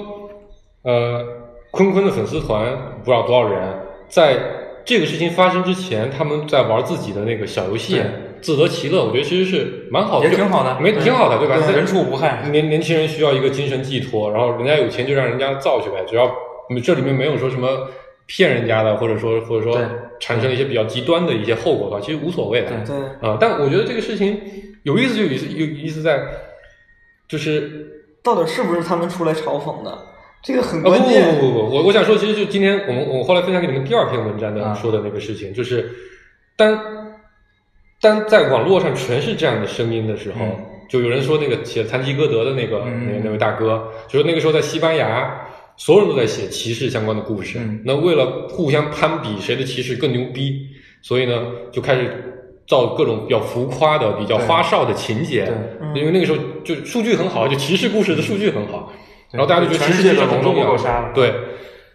S5: 呃，坤坤的粉丝团不知道多少人，在这个事情发生之前，他们在玩自己的那个小游戏
S4: 对，
S5: 自得其乐。我觉得其实是蛮好的，
S4: 也挺好的，
S5: 没
S4: 对
S5: 挺好的，对吧？在
S4: 人畜无害，
S5: 年年轻人需要一个精神寄托，然后人家有钱就让人家造去呗，只要嗯这里面没有说什么骗人家的，或者说或者说
S4: 对
S5: 产生了一些比较极端的一些后果的话，其实无所谓的。
S4: 对
S3: 对，
S5: 啊、但我觉得这个事情有意思就有意思有意思在，就是
S3: 到底是不是他们出来嘲讽的？这个很
S5: 啊、不
S3: 关
S5: 不
S3: 键。
S5: 不不不，我我想说，其实就今天我们我后来分享给你们第二篇文章的、
S4: 啊
S5: 说的那个事情，就是当当在网络上全是这样的声音的时候，
S4: 嗯
S5: 就有人说那个写《残疾歌德》的那个、
S4: 嗯
S5: 那个那位大哥，就说那个时候在西班牙。所有人都在写歧视相关的故事，
S4: 嗯
S5: 那为了互相攀比谁的歧视更牛逼，所以呢就开始造各种比较浮夸的、比较
S4: 对
S5: 花哨的情节，
S4: 对
S3: 嗯
S5: 因为那个时候就数据很好，就歧视故事的数据很好，然后大家就觉得
S4: 全
S5: 歧
S4: 世
S5: 视
S4: 界
S5: 故
S4: 的
S5: 事很重
S4: 龙都不
S5: 要
S4: 够，杀了，
S5: 对。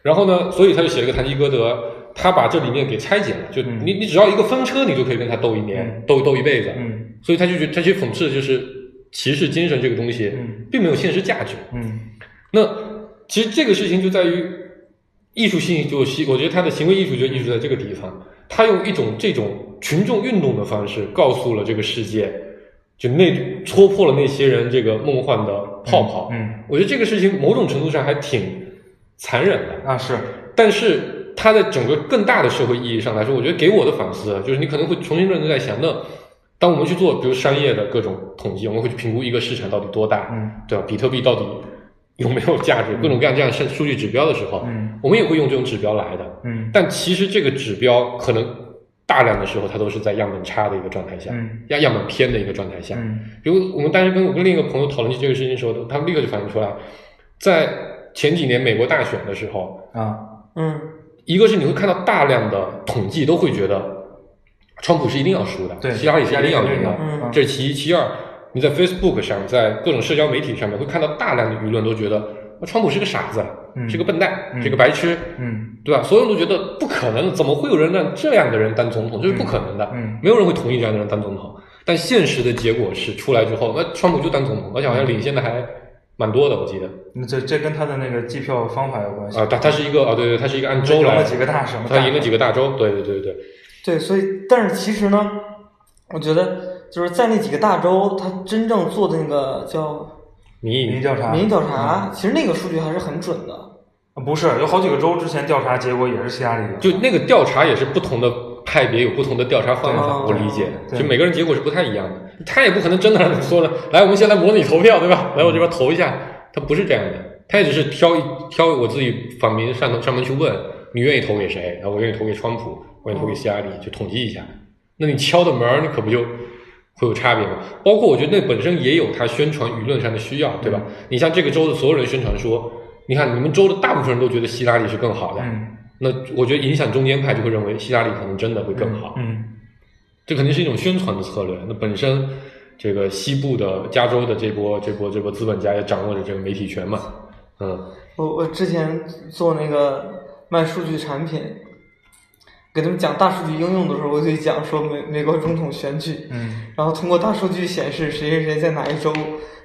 S5: 然后呢，所以他就写了个《堂吉诃德》，他把这里面给拆解了，就
S4: 嗯
S5: 你你只要一个风车，你就可以跟他斗一年，斗斗一辈子。
S4: 嗯
S5: 所以他就觉得他去讽刺就是歧视精神这个东西
S4: 嗯，
S5: 并没有现实价值。
S4: 嗯，
S5: 那其实这个事情就在于艺术性，就行，我觉得他的行为艺术就艺术在这个地方，他用一种这种群众运动的方式告诉了这个世界，就那戳破了那些人这个梦幻的泡泡。
S4: 嗯
S5: 我觉得这个事情某种程度上还挺残忍的，
S4: 啊是，
S5: 但是它在整个更大的社会意义上来说，我觉得给我的反思啊就是，你可能会重新认真在想，那当我们去做比如商业的各种统计，我们会去评估一个市场到底多大，
S4: 嗯
S5: 对吧？比特币到底有没有价值？各种各样这样的数据指标的时候，
S4: 嗯
S5: 我们也会用这种指标来的。
S4: 嗯
S5: 但其实这个指标可能大量的时候，它都是在样本差的一个状态下，
S4: 嗯
S5: 样样本偏的一个状态下。
S4: 嗯
S5: 比如我们当时跟我跟另一个朋友讨论起这个事情的时候，他们立刻就反映出来，在前几年美国大选的时候，
S4: 啊
S3: 嗯，
S5: 一个是你会看到大量的统计都会觉得，川普是一定要输的，
S4: 对，
S5: 希拉里是一定要
S4: 这
S5: 赢的，
S4: 个
S3: 嗯
S5: 这是其一，其二，你在 Facebook 上，在各种社交媒体上面会看到大量的舆论都觉得，啊川普是个傻子，
S4: 嗯
S5: 是个笨蛋，
S4: 嗯
S5: 是个白痴，
S4: 嗯
S5: 对吧？所有人都觉得不可能，怎么会有人让这样的人当总统？这是不可能的，
S4: 嗯
S5: 没有人会同意这样的人当总统。但现实的结果是，出来之后，那川普就当总统，而且好像领先的还蛮多的，我记得
S4: 嗯，这这跟他的那个计票方法有关系
S5: 啊，他他是一个啊，对对，他是一个按州
S4: 嗯赢
S5: 来
S4: 了，几个大省，
S5: 他赢了几个大州，对对对对，
S3: 对，所以但是其实呢，我觉得就是在那几个大洲，他真正做的那个叫
S5: 民
S4: 民意
S5: 意
S4: 调查，嗯
S3: 民意调查，其实那个数据还是很准的。
S4: 啊不是有好几个州之前调查结果也是希拉里赢，
S5: 就那个调查也是不同的派别有不同的调查方法，
S3: 对
S5: 我理解，
S4: 对
S5: 就每个人结果是不太一样的。他也不可能真的让你说了，来，我们现在模拟投票，对吧？来我这边投一下，他不是这样的，他也只是挑一挑我自己访民上头上门去问，你愿意投给谁？然后我愿意投给川普，我愿意投给希拉里，就统计一下。那你敲的门儿，你可不就会有差别吗？包括我觉得那本身也有它宣传舆论上的需要，对吧？
S4: 嗯
S5: 你像这个州的所有人宣传说，你看你们州的大部分人都觉得希拉里是更好的，
S4: 嗯
S5: 那我觉得影响中间派就会认为希拉里可能真的会更好，
S4: 嗯
S5: 这肯定是一种宣传的策略。那本身这个西部的加州的这波这波这波资本家也掌握着这个媒体权嘛，嗯
S3: 我我之前做那个卖数据产品，给他们讲大数据应用的时候，我就讲说美美国总统选举，
S4: 嗯
S3: 然后通过大数据显示谁谁谁在哪一州，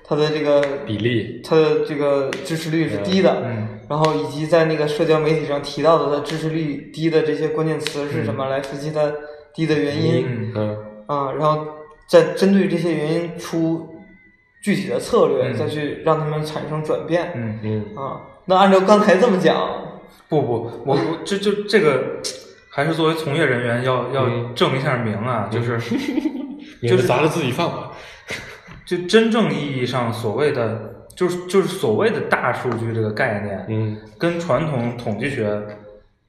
S3: 他的这个
S5: 比例，
S3: 他的这个支持率是低的，
S4: 嗯
S3: 然后以及在那个社交媒体上提到的他支持率低的这些关键词是什么，来分析它低的原因
S4: 嗯
S5: 嗯
S3: 啊，然后再针对这些原因出具体的策略，
S4: 嗯
S3: 再去让他们产生转变。
S4: 嗯，
S5: 嗯，
S3: 啊，那按照刚才这么讲，
S4: 不不，我我这就这个还是作为从业人员要要
S5: 嗯
S4: 证明一下名啊，就是
S3: 嗯
S5: 免得砸了自己饭碗。
S4: 就真正意义上所谓的就是就是所谓的大数据这个概念，
S5: 嗯
S4: 跟传统统计学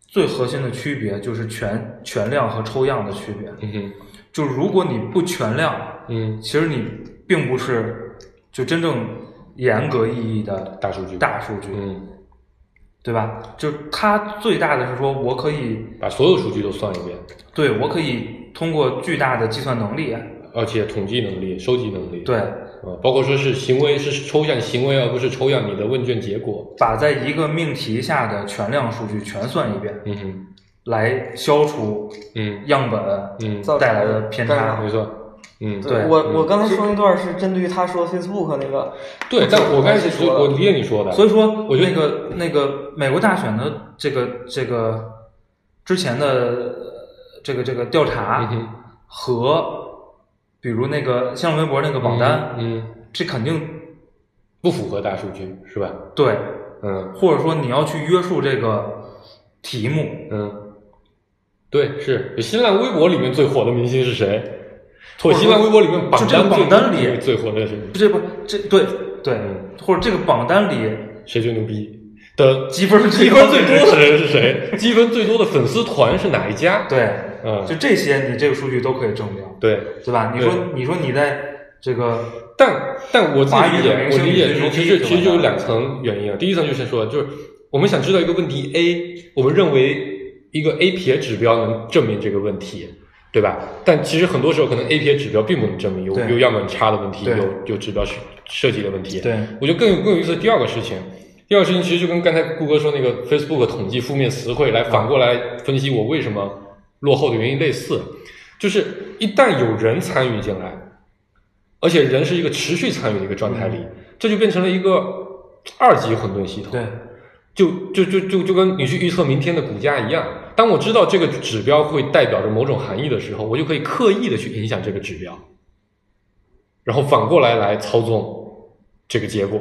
S4: 最核心的区别就是全全量和抽样的区别。
S5: 嗯哼
S4: 就如果你不全量，
S5: 嗯，
S4: 其实你并不是就真正严格意义的
S5: 大数据，
S4: 大数据，
S5: 嗯，
S4: 对吧？就是它最大的是说我可以
S5: 把所有数据都算一遍，
S4: 对我可以通过巨大的计算能力，
S5: 而且统计能力、收集能力，
S4: 对，
S5: 呃，包括说是行为是抽象行为，而不是抽象你的问卷结果。
S4: 把在一个命题下的全量数据全算一遍，
S5: 嗯哼，
S4: 来消除
S5: 嗯
S4: 样本
S5: 嗯，
S3: 造成
S4: 带来的偏
S3: 干扰
S4: 差。
S5: 没错，嗯，
S4: 对
S3: 我我刚才说那段是针对于他说 Facebook 那个，
S5: 对，但我刚才
S3: 我是说
S5: 我理解你说的，
S4: 所以说，
S5: 我觉得
S4: 那个那个美国大选的这个这个之前的呃这个这个调
S5: 嗯
S4: 查
S5: 哼
S4: 和比如那个新浪微博那个榜单，
S5: 嗯，
S4: 这肯定
S5: 不符合大数据是吧？
S4: 对，
S5: 嗯
S4: 或者说你要去约束这个题目，
S5: 嗯，对，是新浪微博里面最火的明星是谁？
S4: 或
S5: 或者
S4: 者说
S5: 新浪微博里面榜
S4: 就这
S5: 单
S4: 个
S5: 最
S4: 榜单里
S5: 最火的是
S4: 这不这对对，
S5: 嗯
S4: 或者这个榜单里
S5: 谁最牛逼 的
S4: 积分
S5: 积
S4: 最
S5: 分
S4: 高
S5: 最
S4: 的人
S5: 多的人是谁？积分最多的粉丝团是哪一家？
S4: 对，
S5: 嗯
S4: 就这些你这个数据都可以证明，
S5: 对，
S4: 对吧？你说
S5: 对
S4: 你说你在这个
S5: 但但我自己理解，我理解其实其实其实就有两层原因啊。第一层就是说，就是我们想知道一个问题 A，我们认为一个 A 撇指标能证明这个问题，对吧？但其实很多时候可能 A 撇指标并不能证明有
S4: 对
S5: 有样本差的问题，
S4: 对
S5: 有有指标设设计的问题。
S4: 对
S5: 我觉得更有更有意思的第二个事情。第二个事情其实就跟刚才顾哥说那个 Facebook 统计负面词汇来反过来分析我为什么落后的原因类似，就是一旦有人参与进来，而且人是一个持续参与的一个状态里，这就变成了一个二级混沌系统。
S4: 对。
S5: 就就就就就跟你去预测明天的股价一样，当我知道这个指标会代表着某种含义的时候，我就可以刻意的去影响这个指标，然后反过来来操纵这个结果。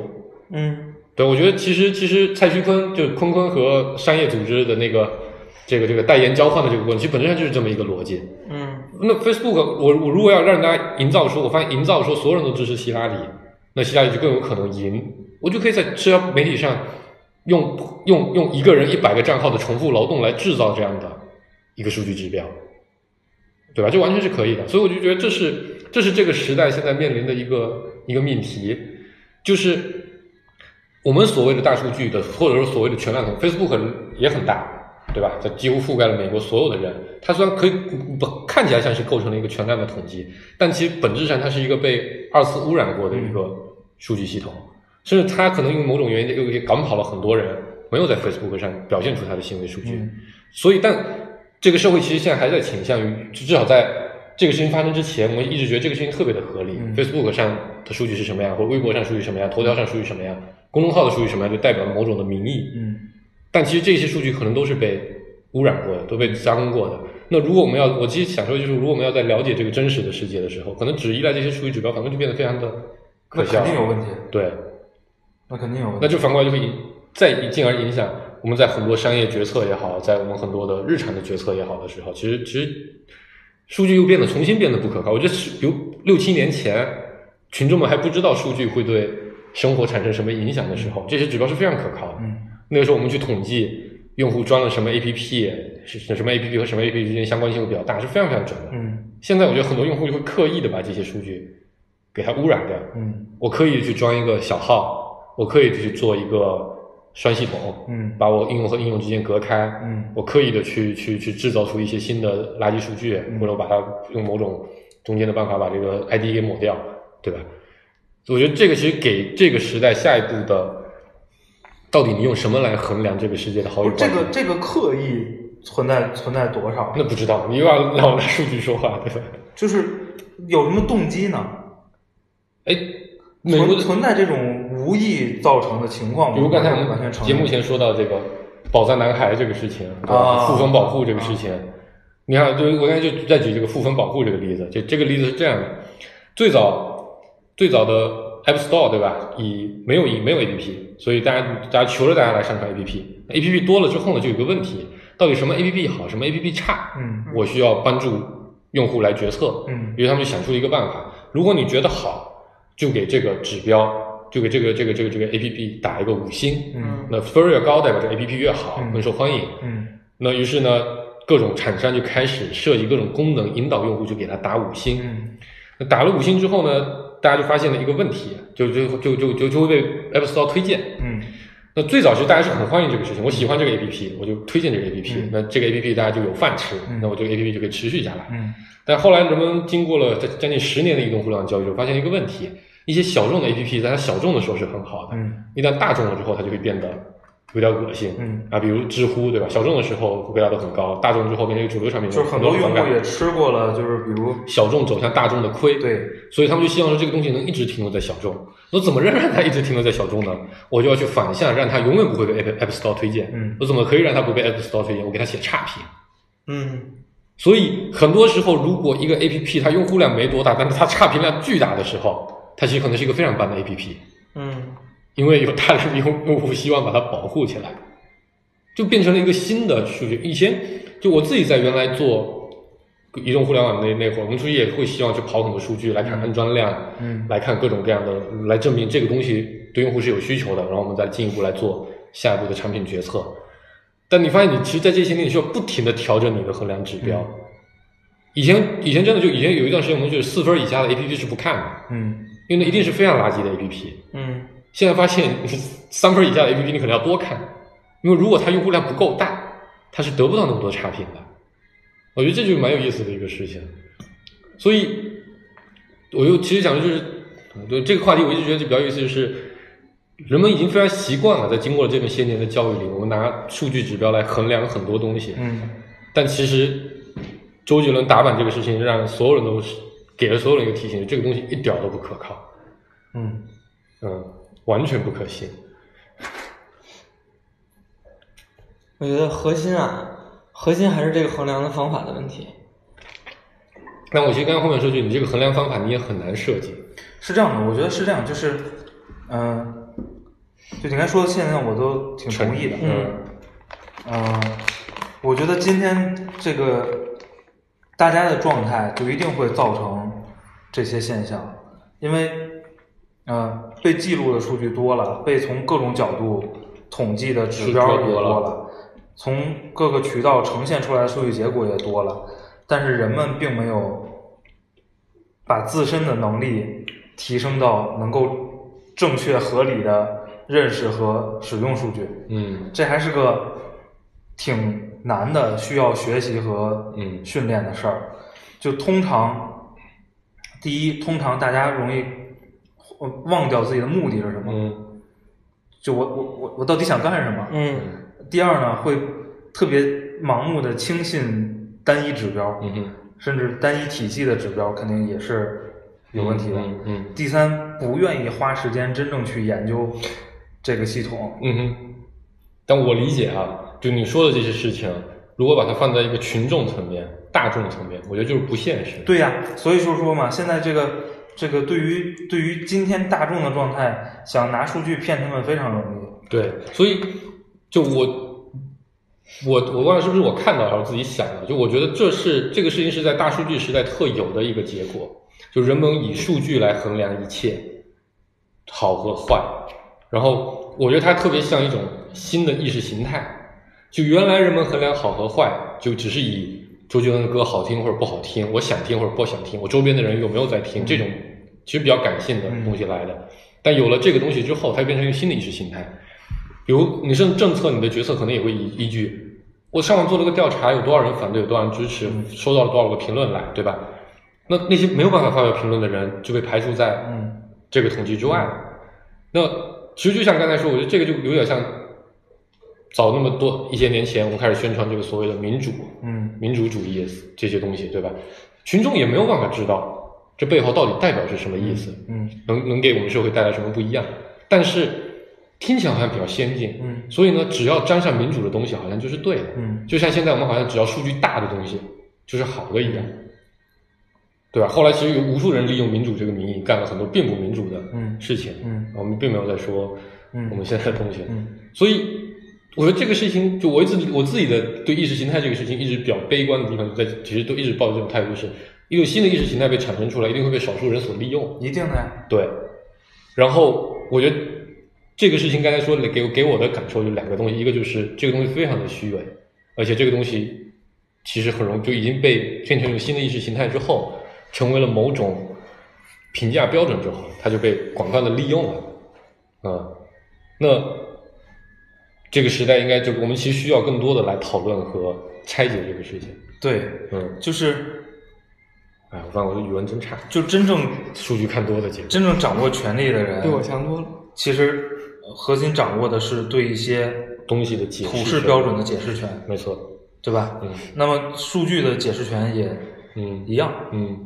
S3: 嗯，
S5: 对，我觉得其实其实蔡徐坤就坤坤和商业组织的那个这个这个代言交换的这个过程，其实本质上就是这么一个逻辑。
S3: 嗯，
S5: 那 Facebook，我我如果要让大家营造说，我发现营造说所有人都支持希拉里，那希拉里就更有可能赢。我就可以在社交媒体上用用用一个人一百个账号的重复劳动来制造这样的一个数据指标，对吧？这完全是可以的。所以我就觉得这是这是这个时代现在面临的一个一个命题，就是我们所谓的大数据的，或者说所谓的全量统，Facebook 也很大，对吧？它几乎覆盖了美国所有的人。它虽然可以不看起来像是构成了一个全站的统计，但其实本质上它是一个被二次污染过的一个数据系统，甚至它可能因为某种原因又赶跑了很多人，没有在 Facebook 上表现出它的行为数据。
S4: 嗯
S5: 所以，但这个社会其实现在还在倾向于，至少在这个事情发生之前，我们一直觉得这个事情特别的合理。
S4: 嗯
S5: Facebook 上的数据是什么样，或者微博上数据什么样，头条上数据什么样，公众号的数据什么样，就代表了某种的民意。
S4: 嗯
S5: 但其实这些数据可能都是被污染过的，都被脏过的。那如果我们要，我其实想说，就是如果我们要在了解这个真实的世界的时候，可能只依赖这些数据指标，反正就变得非常的可
S4: 那肯
S5: 笑。
S4: 定有问题，
S5: 对，
S4: 那肯定有问
S5: 那
S4: 题。
S5: 就反过来就会再进而影响我们在很多商业决策也好，在我们很多的日常的决策也好的时候，其实其实数据又变得重新变得不可靠。我觉得是，比如六七年前，群众们还不知道数据会对生活产生什么影响的时候，这些指标是非常可靠的。
S4: 嗯
S5: 那个时候我们去统计用户装了什么 APP，是是什么 APP 和什么 APP 之间相关性会比较大，是非常非常准的。
S4: 嗯
S5: 现在我觉得很多用户就会刻意的把这些数据给它污染掉。
S4: 嗯
S5: 我可以去装一个小号，我可以去做一个栓系统，
S4: 嗯
S5: 把我应用和应用之间隔开。
S4: 嗯
S5: 我刻意的去去去制造出一些新的垃圾数据，
S4: 嗯
S5: 或者我把它用某种中间的办法把这个 ID 给抹掉，对吧？我觉得这个其实给这个时代下一步的，到底你用什么来衡量这个世界的好与
S4: 不
S5: 坏？
S4: 是哦这个这个刻意存在存在多少？
S5: 那不知道，你又要让我拿数据说话，对吧？
S4: 就是有什么动机呢？
S5: 哎，美国
S4: 存
S5: 的
S4: 存在这种无意造成的情况吗，
S5: 比如刚才我
S4: 完全
S5: 们
S4: 承
S5: 哦节
S4: 认
S5: 目前说到这个宝藏男孩这个事情，对吧
S4: 啊
S5: 复分保护这个事情，你看，就我刚才就再举这个复分保护这个例子，这这个例子是这样的，最早最早的 App Store 对吧，以没有以没有 APP，所以大家大家求着大家来上传 APP，APP 多了之后呢，就有个问题，到底什么 APP 好，什么 APP 差，
S4: 嗯
S5: 我需要帮助用户来决策，
S4: 嗯
S5: 于是他们就想出一个办法，如果你觉得好，就给这个指标，就给这个这个这个这个 A P P 打一个五星。
S4: 嗯
S5: 那分儿越高，代表这 A P P 越好
S4: 嗯，
S5: 更受欢迎。
S4: 嗯
S5: 那于是呢，各种厂商就开始设计各种功能，引导用户去给它打五星。
S4: 嗯
S5: 那打了五星之后呢，大家就发现了一个问题，就就就就就就会被 App Store 推荐。
S4: 嗯
S5: 那最早其实大家是很欢迎这个事情，我喜欢这个 A P P，我就推荐这个 A P P、
S4: 嗯
S5: 那这个 A P P 大家就有饭吃，
S4: 嗯
S5: 那我这个 A P P 就可以持续下来。
S4: 嗯
S5: 但后来人们经过了将近十年的移动互联网教育之后，发现一个问题：一些小众的 APP 在它小众的时候是很好的，
S4: 嗯
S5: 一旦大众了之后，它就会变得有点恶心。
S4: 嗯，
S5: 啊，比如知乎对吧？小众的时候回答都很高，大众之后变成一个主流产品，
S4: 就是很多用
S5: 反
S4: 户
S5: 感
S4: 也吃过了，就是比如
S5: 小众走向大众的亏，，
S4: 对，
S5: 所以他们就希望说这个东西能一直停留在小众。那怎么仍然它一直停留在小众呢？我就要去反向让它永远不会被 App App Store 推荐。
S4: 嗯
S5: 我怎么可以让它不被 App Store 推荐？我给它写差评。
S3: 嗯
S5: 所以很多时候，如果一个 A P P 它用户量没多大，但是它差评量巨大的时候，它其实可能是一个非常棒的 A P P，
S3: 嗯
S5: 因为有大量的用用户希望把它保护起来，就变成了一个新的数据。以前就我自己在原来做移动互联网那那会儿，我们出去也会希望去跑很多数据，来看安装量，
S4: 嗯
S5: 来看各种各样的，来证明这个东西对用户是有需求的，然后我们再进一步来做下一步的产品决策。但你发现，你其实，在这些年，你需要不停的调整你的衡量指标。
S4: 嗯
S5: 以前，以前真的就以前有一段时间，我们就是四分以下的 APP 是不看的，
S4: 嗯
S5: 因为那一定是非常垃圾的 APP。
S3: 嗯
S5: 现在发现， 你三分以下的 APP 你可能要多看，因为如果它用户量不够大，它是得不到那么多差评的。我觉得这就是蛮有意思的一个事情。所以，我又其实讲的就是，对这个话题，我一直觉得比较有意思，就是人们已经非常习惯了，在经过了这么些年的教育里，我们拿数据指标来衡量很多东西。
S4: 嗯
S5: 但其实周杰伦打板这个事情，让所有人都是给了所有人一个提醒，这个东西一点儿都不可靠。
S4: 嗯，
S5: 嗯，完全不可信。
S3: 我觉得核心啊，核心还是这个衡量的方法的问题。
S5: 但我其实刚刚后面说句，你这个衡量方法你也很难设计。
S4: 是这样的，我觉得是这样，就是嗯、呃就你刚才说的现象，我都挺同意的，
S5: 嗯
S4: 嗯，我觉得今天这个大家的状态就一定会造成这些现象，因为呃被记录的数据多了，被从各种角度统计的指标也多
S5: 数据多
S4: 了，从各个渠道呈现出来的数据结果也多了，但是人们并没有把自身的能力提升到能够正确合理的认识和使用数据。
S5: 嗯
S4: 这还是个挺难的需要学习和
S5: 嗯
S4: 训练的事儿。就通常，第一，通常大家容易呃忘掉自己的目的是什么，
S5: 嗯
S4: 就我我我我到底想干什么？
S3: 嗯
S4: 第二呢，会特别盲目的轻信单一指标，
S5: 嗯哼
S4: 甚至单一体系的指标，肯定也是有问题的。
S5: 嗯嗯
S4: 第三，不愿意花时间真正去研究这个系统。
S5: 嗯哼，但我理解啊，就你说的这些事情，如果把它放在一个群众层面、大众层面，我觉得就是不现实。
S4: 对呀、所以说说嘛，现在这个这个对于对于今天大众的状态，想拿数据骗他们非常容易。
S5: 对，所以就我我我忘了是不是我看到然后自己想的，就我觉得这是这个事情是在大数据时代特有的一个结果，就人们以数据来衡量一切好和坏，然后我觉得它特别像一种新的意识形态，就原来人们衡量好和坏，就只是以周杰伦的歌好听或者不好听，我想听或者不想听，我周边的人有没有在听这种其实比较感性的东西来的。但有了这个东西之后，它变成一个新的意识形态。比如你政政策，你的决策可能也会依依据我上网做了个调查，有多少人反对，有多少人支持，收到了多少个评论来，对吧？那那些没有办法发表评论的人就被排除在
S4: 嗯
S5: 这个统计之外。那其实就像刚才说，我觉得这个就有点像早那么多一些年前，我们开始宣传这个所谓的民主，
S4: 嗯
S5: 民主主义这些东西，对吧？群众也没有办法知道这背后到底代表是什么意思，
S4: 嗯
S5: 能能给我们社会带来什么不一样。但是听起来好像比较先进，
S4: 嗯
S5: 所以呢，只要沾上民主的东西，好像就是对的。
S4: 嗯
S5: 就像现在我们好像只要数据大的东西就是好的一样，对吧？后来其实有无数人利用民主这个名义干了很多并不民主的
S4: 嗯
S5: 事情，
S4: 嗯
S5: 我们并没有在说
S4: 嗯
S5: 我们现在的东西，
S4: 嗯
S5: 所以我觉得这个事情，就我一直我自己的对意识形态这个事情一直比较悲观的地方，就在其实都一直抱着这种态度是，一种新的意识形态被产生出来，一定会被少数人所利用，
S4: 一定的呀。
S5: 对，然后我觉得这个事情刚才说的给给我的感受就两个东西，一个就是这个东西非常的虚伪，而且这个东西其实很容易就已经被变成一种新的意识形态之后，成为了某种评价标准之后，它就被广泛的利用了。啊，那这个时代应该就我们其实需要更多的来讨论和拆解这个事情。
S4: 对，
S5: 嗯，
S4: 就是
S5: 哎，我发现我的语文真差，
S4: 就真正
S5: 数据看多的结果。
S4: 真正掌握权力的人，
S3: 比我强多了。
S4: 其实核心掌握的是对一些
S5: 东西的解释
S4: 普
S5: 权
S4: 世标准的解释权，
S5: 没错，
S4: 对吧？
S5: 嗯
S4: 那么数据的解释权也
S5: 嗯
S4: 一样，
S5: 嗯，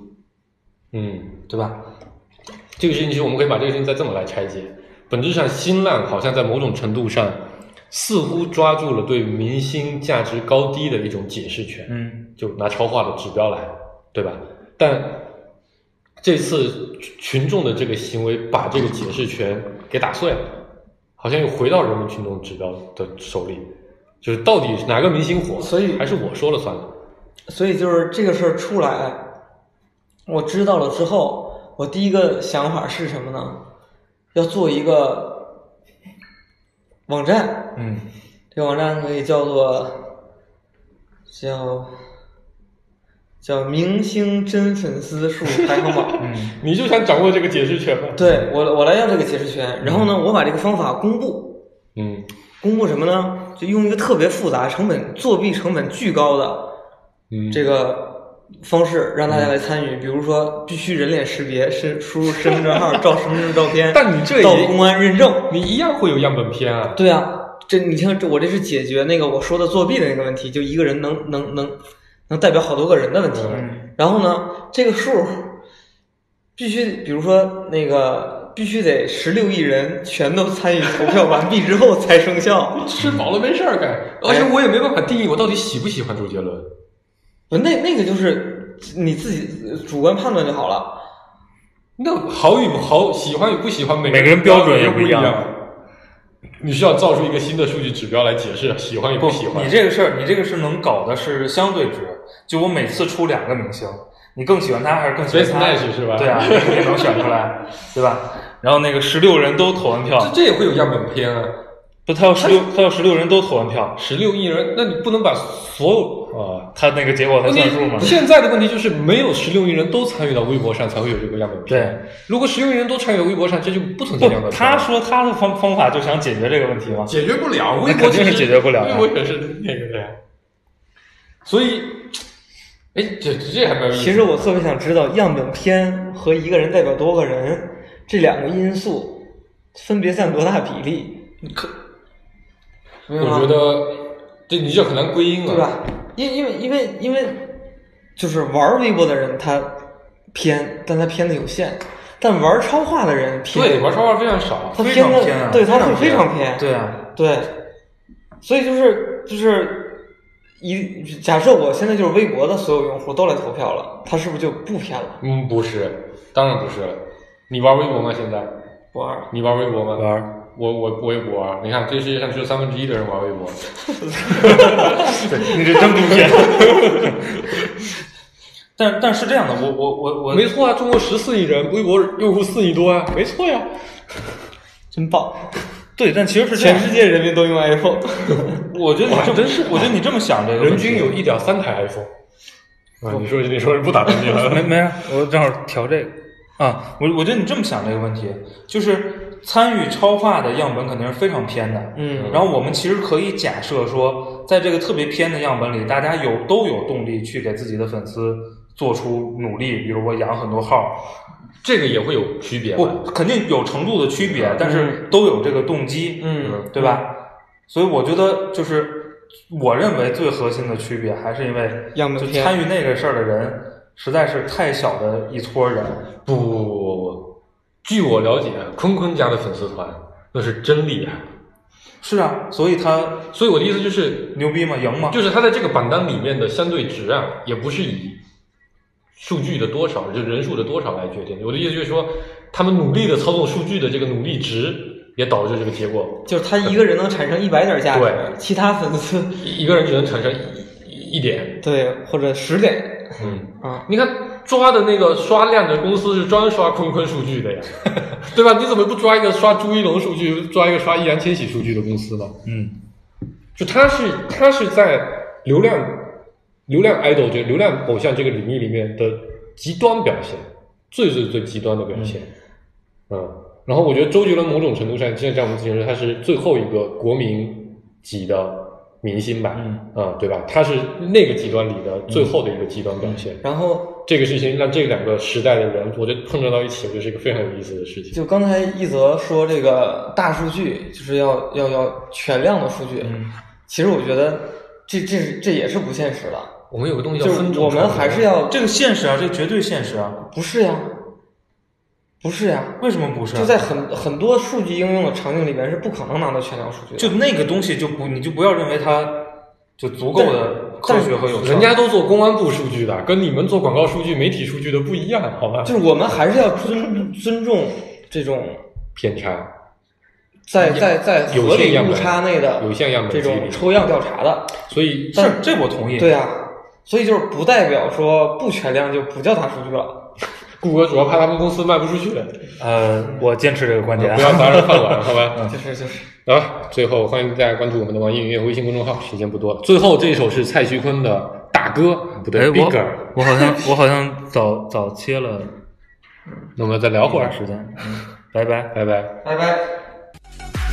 S5: 嗯，
S4: 对吧？
S5: 这个事情其实我们可以把这个事情再这么来拆解。本质上，新浪好像在某种程度上，似乎抓住了对明星价值高低的一种解释权，
S4: 嗯
S5: 就拿超话的指标来，对吧？但这次群众的这个行为把这个解释权给打碎了，好像又回到人民群众指标的手里，就是到底哪个明星火，
S3: 嗯所以
S5: 还是我说了算了。
S3: 所以就是这个事儿出来，我知道了之后，我第一个想法是什么呢？要做一个网站，
S4: 嗯
S3: 这个网站可以叫做叫叫明星真粉丝数排行榜。
S4: 嗯
S5: 你就想掌握这个解释权吗？
S3: 对我，我来要这个解释权，然后呢，我把这个方法公布，
S5: 嗯
S3: 公布什么呢？就用一个特别复杂、成本作弊成本巨高的
S5: 嗯，
S3: 这个方式让大家来参与，比如说必须人脸识别，是输入身份证号、照身份证照片，
S5: 但你这也
S3: 到公安认证。
S5: 你一样会有样本片啊。
S3: 对啊，这你听，这我这是解决那个我说的作弊的那个问题，就一个人能能能能代表好多个人的问题。
S4: 嗯
S3: 然后呢，这个数必须，比如说那个必须得十六亿人全都参与投票完毕之后才生效。
S5: 吃饱了没事儿干，
S4: 哎
S5: 而且我也没办法定义我到底喜不喜欢周杰伦。
S3: 不，呃那那个就是你自己主观判断就好了。
S5: 那好与不好，喜欢与不喜欢，每
S4: 每个
S5: 个
S4: 人标
S5: 标
S4: 准
S5: 准
S4: 也
S5: 不
S4: 不一样
S5: 样。你需要造出一个新的数据指标来解释啊喜欢与
S4: 不，
S5: 喜欢
S4: 你。这个事儿，你这个是能搞的是相对值。就我每次出两个明星，你更喜欢他还是更喜
S5: Face
S4: 欢他？
S5: Nash 是吧？
S4: 对啊，你肯定能选出来，对吧？然后那个十六人都投完
S5: 这
S4: 票，
S5: 这也会有样本片啊。
S4: 不，他要十六，他要十六人都投完票，呃
S5: 十六亿人，那你不能把所有啊。
S4: 他那个结果才
S5: 问
S4: 算数嘛
S5: 题？现在的问题就是，没有十六亿人都参与到微博上，才会有这个样本片。
S4: 对，
S5: 如果十六亿人都参与到微博上，这就不存在样
S4: 不，
S5: 本片。
S4: 他说他的方方法就想解决这个问题嘛。
S5: 解决不了，微
S4: 那
S5: 博
S4: 肯定
S5: 只
S4: 是解决不了的
S5: 微博也是那个的呀。
S4: 所以
S5: 哎，这这还蛮有意思。
S3: 其实我特别想知道样本片和一个人代表多个人这两个因素分别占多大比例，
S4: 可
S3: 明白
S5: 我
S3: 吗
S5: 觉得这你这很难归因啊，
S3: 对？吧？因因为因为因为就是玩微博的人他偏，但他偏的有限，但玩超话的人偏，
S5: 对，玩超话非常少，
S3: 他
S4: 非
S3: 偏
S4: 常
S3: 的
S4: 偏啊
S3: 对他
S5: 非
S3: 会
S5: 常
S3: 非
S5: 偏
S3: 常偏，
S4: 对啊，
S3: 对，所以就是就是一假设我现在就是微博的所有用户都来投票了，他是不是就不偏了？
S5: 嗯，不是，当然不是。你玩微博吗？现在
S3: 不二，
S5: 你玩微博吗？玩。我我我也不玩。你看，这世界上只有三分之一的人玩微博。
S4: 你这真不偏。 但但是这样的，我我我我
S5: 没错啊，中国十四亿人，微博用户四亿多啊，没错呀、
S3: 真棒！
S4: 对，但其实是这样
S3: 全。世界人民都用 iPhone，
S4: 我觉得你这么
S5: 真是
S4: 我觉得你这么想这个问
S5: 人
S4: 题
S5: 均有一点三台 iPhone。啊，你说你说是不打断你
S4: 没
S5: 了？
S4: 没事，我正好调这个啊。我我觉得你这么想这个问题，就是参与超话的样本肯定是非常偏的，
S3: 嗯
S4: 然后我们其实可以假设说，在这个特别偏的样本里，大家有都有动力去给自己的粉丝做出努力，比如我养很多号，
S5: 这个也会有区别吧？
S4: 不肯定有程度的区别，但是都有这个动机，
S3: 嗯，
S4: 对吧？所以我觉得就是我认为最核心的区别，还是因为
S3: 样本
S4: 就
S3: 片
S4: 参与那个事儿的人实在是太小的一撮人，
S5: 不不不不不，据我了解，坤坤家的粉丝团那是真厉害。
S4: 是啊，所以他
S5: 所以我的意思就是，
S4: 牛逼吗？赢吗？
S5: 就是他在这个榜单里面的相对值啊，也不是以数据的多少，就人数的多少来决定的。我的意思就是说，他们努力的操纵数据的这个努力值，也导致这个结果。
S3: 就是他一个人能产生一百点价值
S5: 对，
S3: 其他粉丝
S5: 一一个人只能产生一一一点，
S3: 对或者十点
S5: 嗯，
S3: 啊，
S5: 你看抓的那个刷量的公司是专刷坤坤数据的 呀，对吧？你怎么不抓一个刷朱一龙数据，抓一个刷易烊千玺数据的公司呢？
S4: 嗯，
S5: 就他是他是在流量流量 idol 这流量偶像这个领域里面的极端表现，最最最极端的表现。嗯，然后我觉得周杰伦某种程度上，现在像我们之前说，他是最后一个国民级的明星吧？
S4: 嗯
S5: 啊、对吧？他是那个极端里的最后的一个极端表
S4: 嗯
S5: 现。
S3: 然后
S5: 这个事情让这两个时代的人，我觉得碰撞到一起，我觉得是一个非常有意思的事情。
S3: 就刚才一泽说这个大数据就是要要要全量的数据，
S4: 嗯
S3: 其实我觉得这这这也是不现实的，
S5: 我们有个东西叫
S3: 就
S5: 分
S3: 是
S5: 众
S3: 我
S5: 传播，
S3: 们还是要
S4: 这个现实啊，这绝对现实啊，
S3: 不是呀，不是呀，
S4: 为什么不是啊、
S3: 就在很很多数据应用的场景里面是不可能拿到全量数据的，
S4: 就那个东西就不，你就不要认为它就足够的科
S3: 但
S4: 学和有效。
S5: 人家都做公安部数据的，跟你们做广告数据、媒体数据的不一样，好吧？
S3: 就是我们还是要尊尊重这种
S5: 偏差，
S3: 在在在
S5: 有
S3: 合
S5: 些
S3: 理
S5: 样
S3: 误
S5: 本
S3: 差内的
S5: 有些样本
S3: 这
S5: 机
S3: 种
S5: 理
S3: 抽样调查的，
S5: 所以
S4: 是这我同意，
S3: 对啊，所以就是不代表说不全量就不叫大数据了。
S5: 谷歌主要怕他们公司卖不出去，不
S4: 呃，我坚持这个观点。啊
S5: 要砸人饭碗，好 吧？
S3: 就是就是，
S5: 啊，最后欢迎大家关注我们的网易云音乐微信公众号，时间不多了。最后这一首是蔡徐坤的《大哥》，不
S3: 哎
S5: 对，《Bigger》。
S4: 哎我好像我好像早早切了
S5: 那我们再聊会儿，
S3: 嗯
S4: 间，嗯拜拜。
S5: 拜拜。
S3: 拜拜。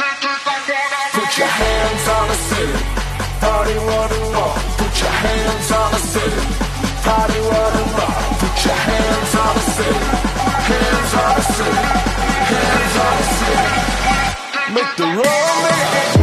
S6: Put your hands on the ceiling. Party what you want. Put your hands on the ceiling. Party what you want. Put your hands on the ceiling. Hands on the ceiling. Hands on the ceiling. me.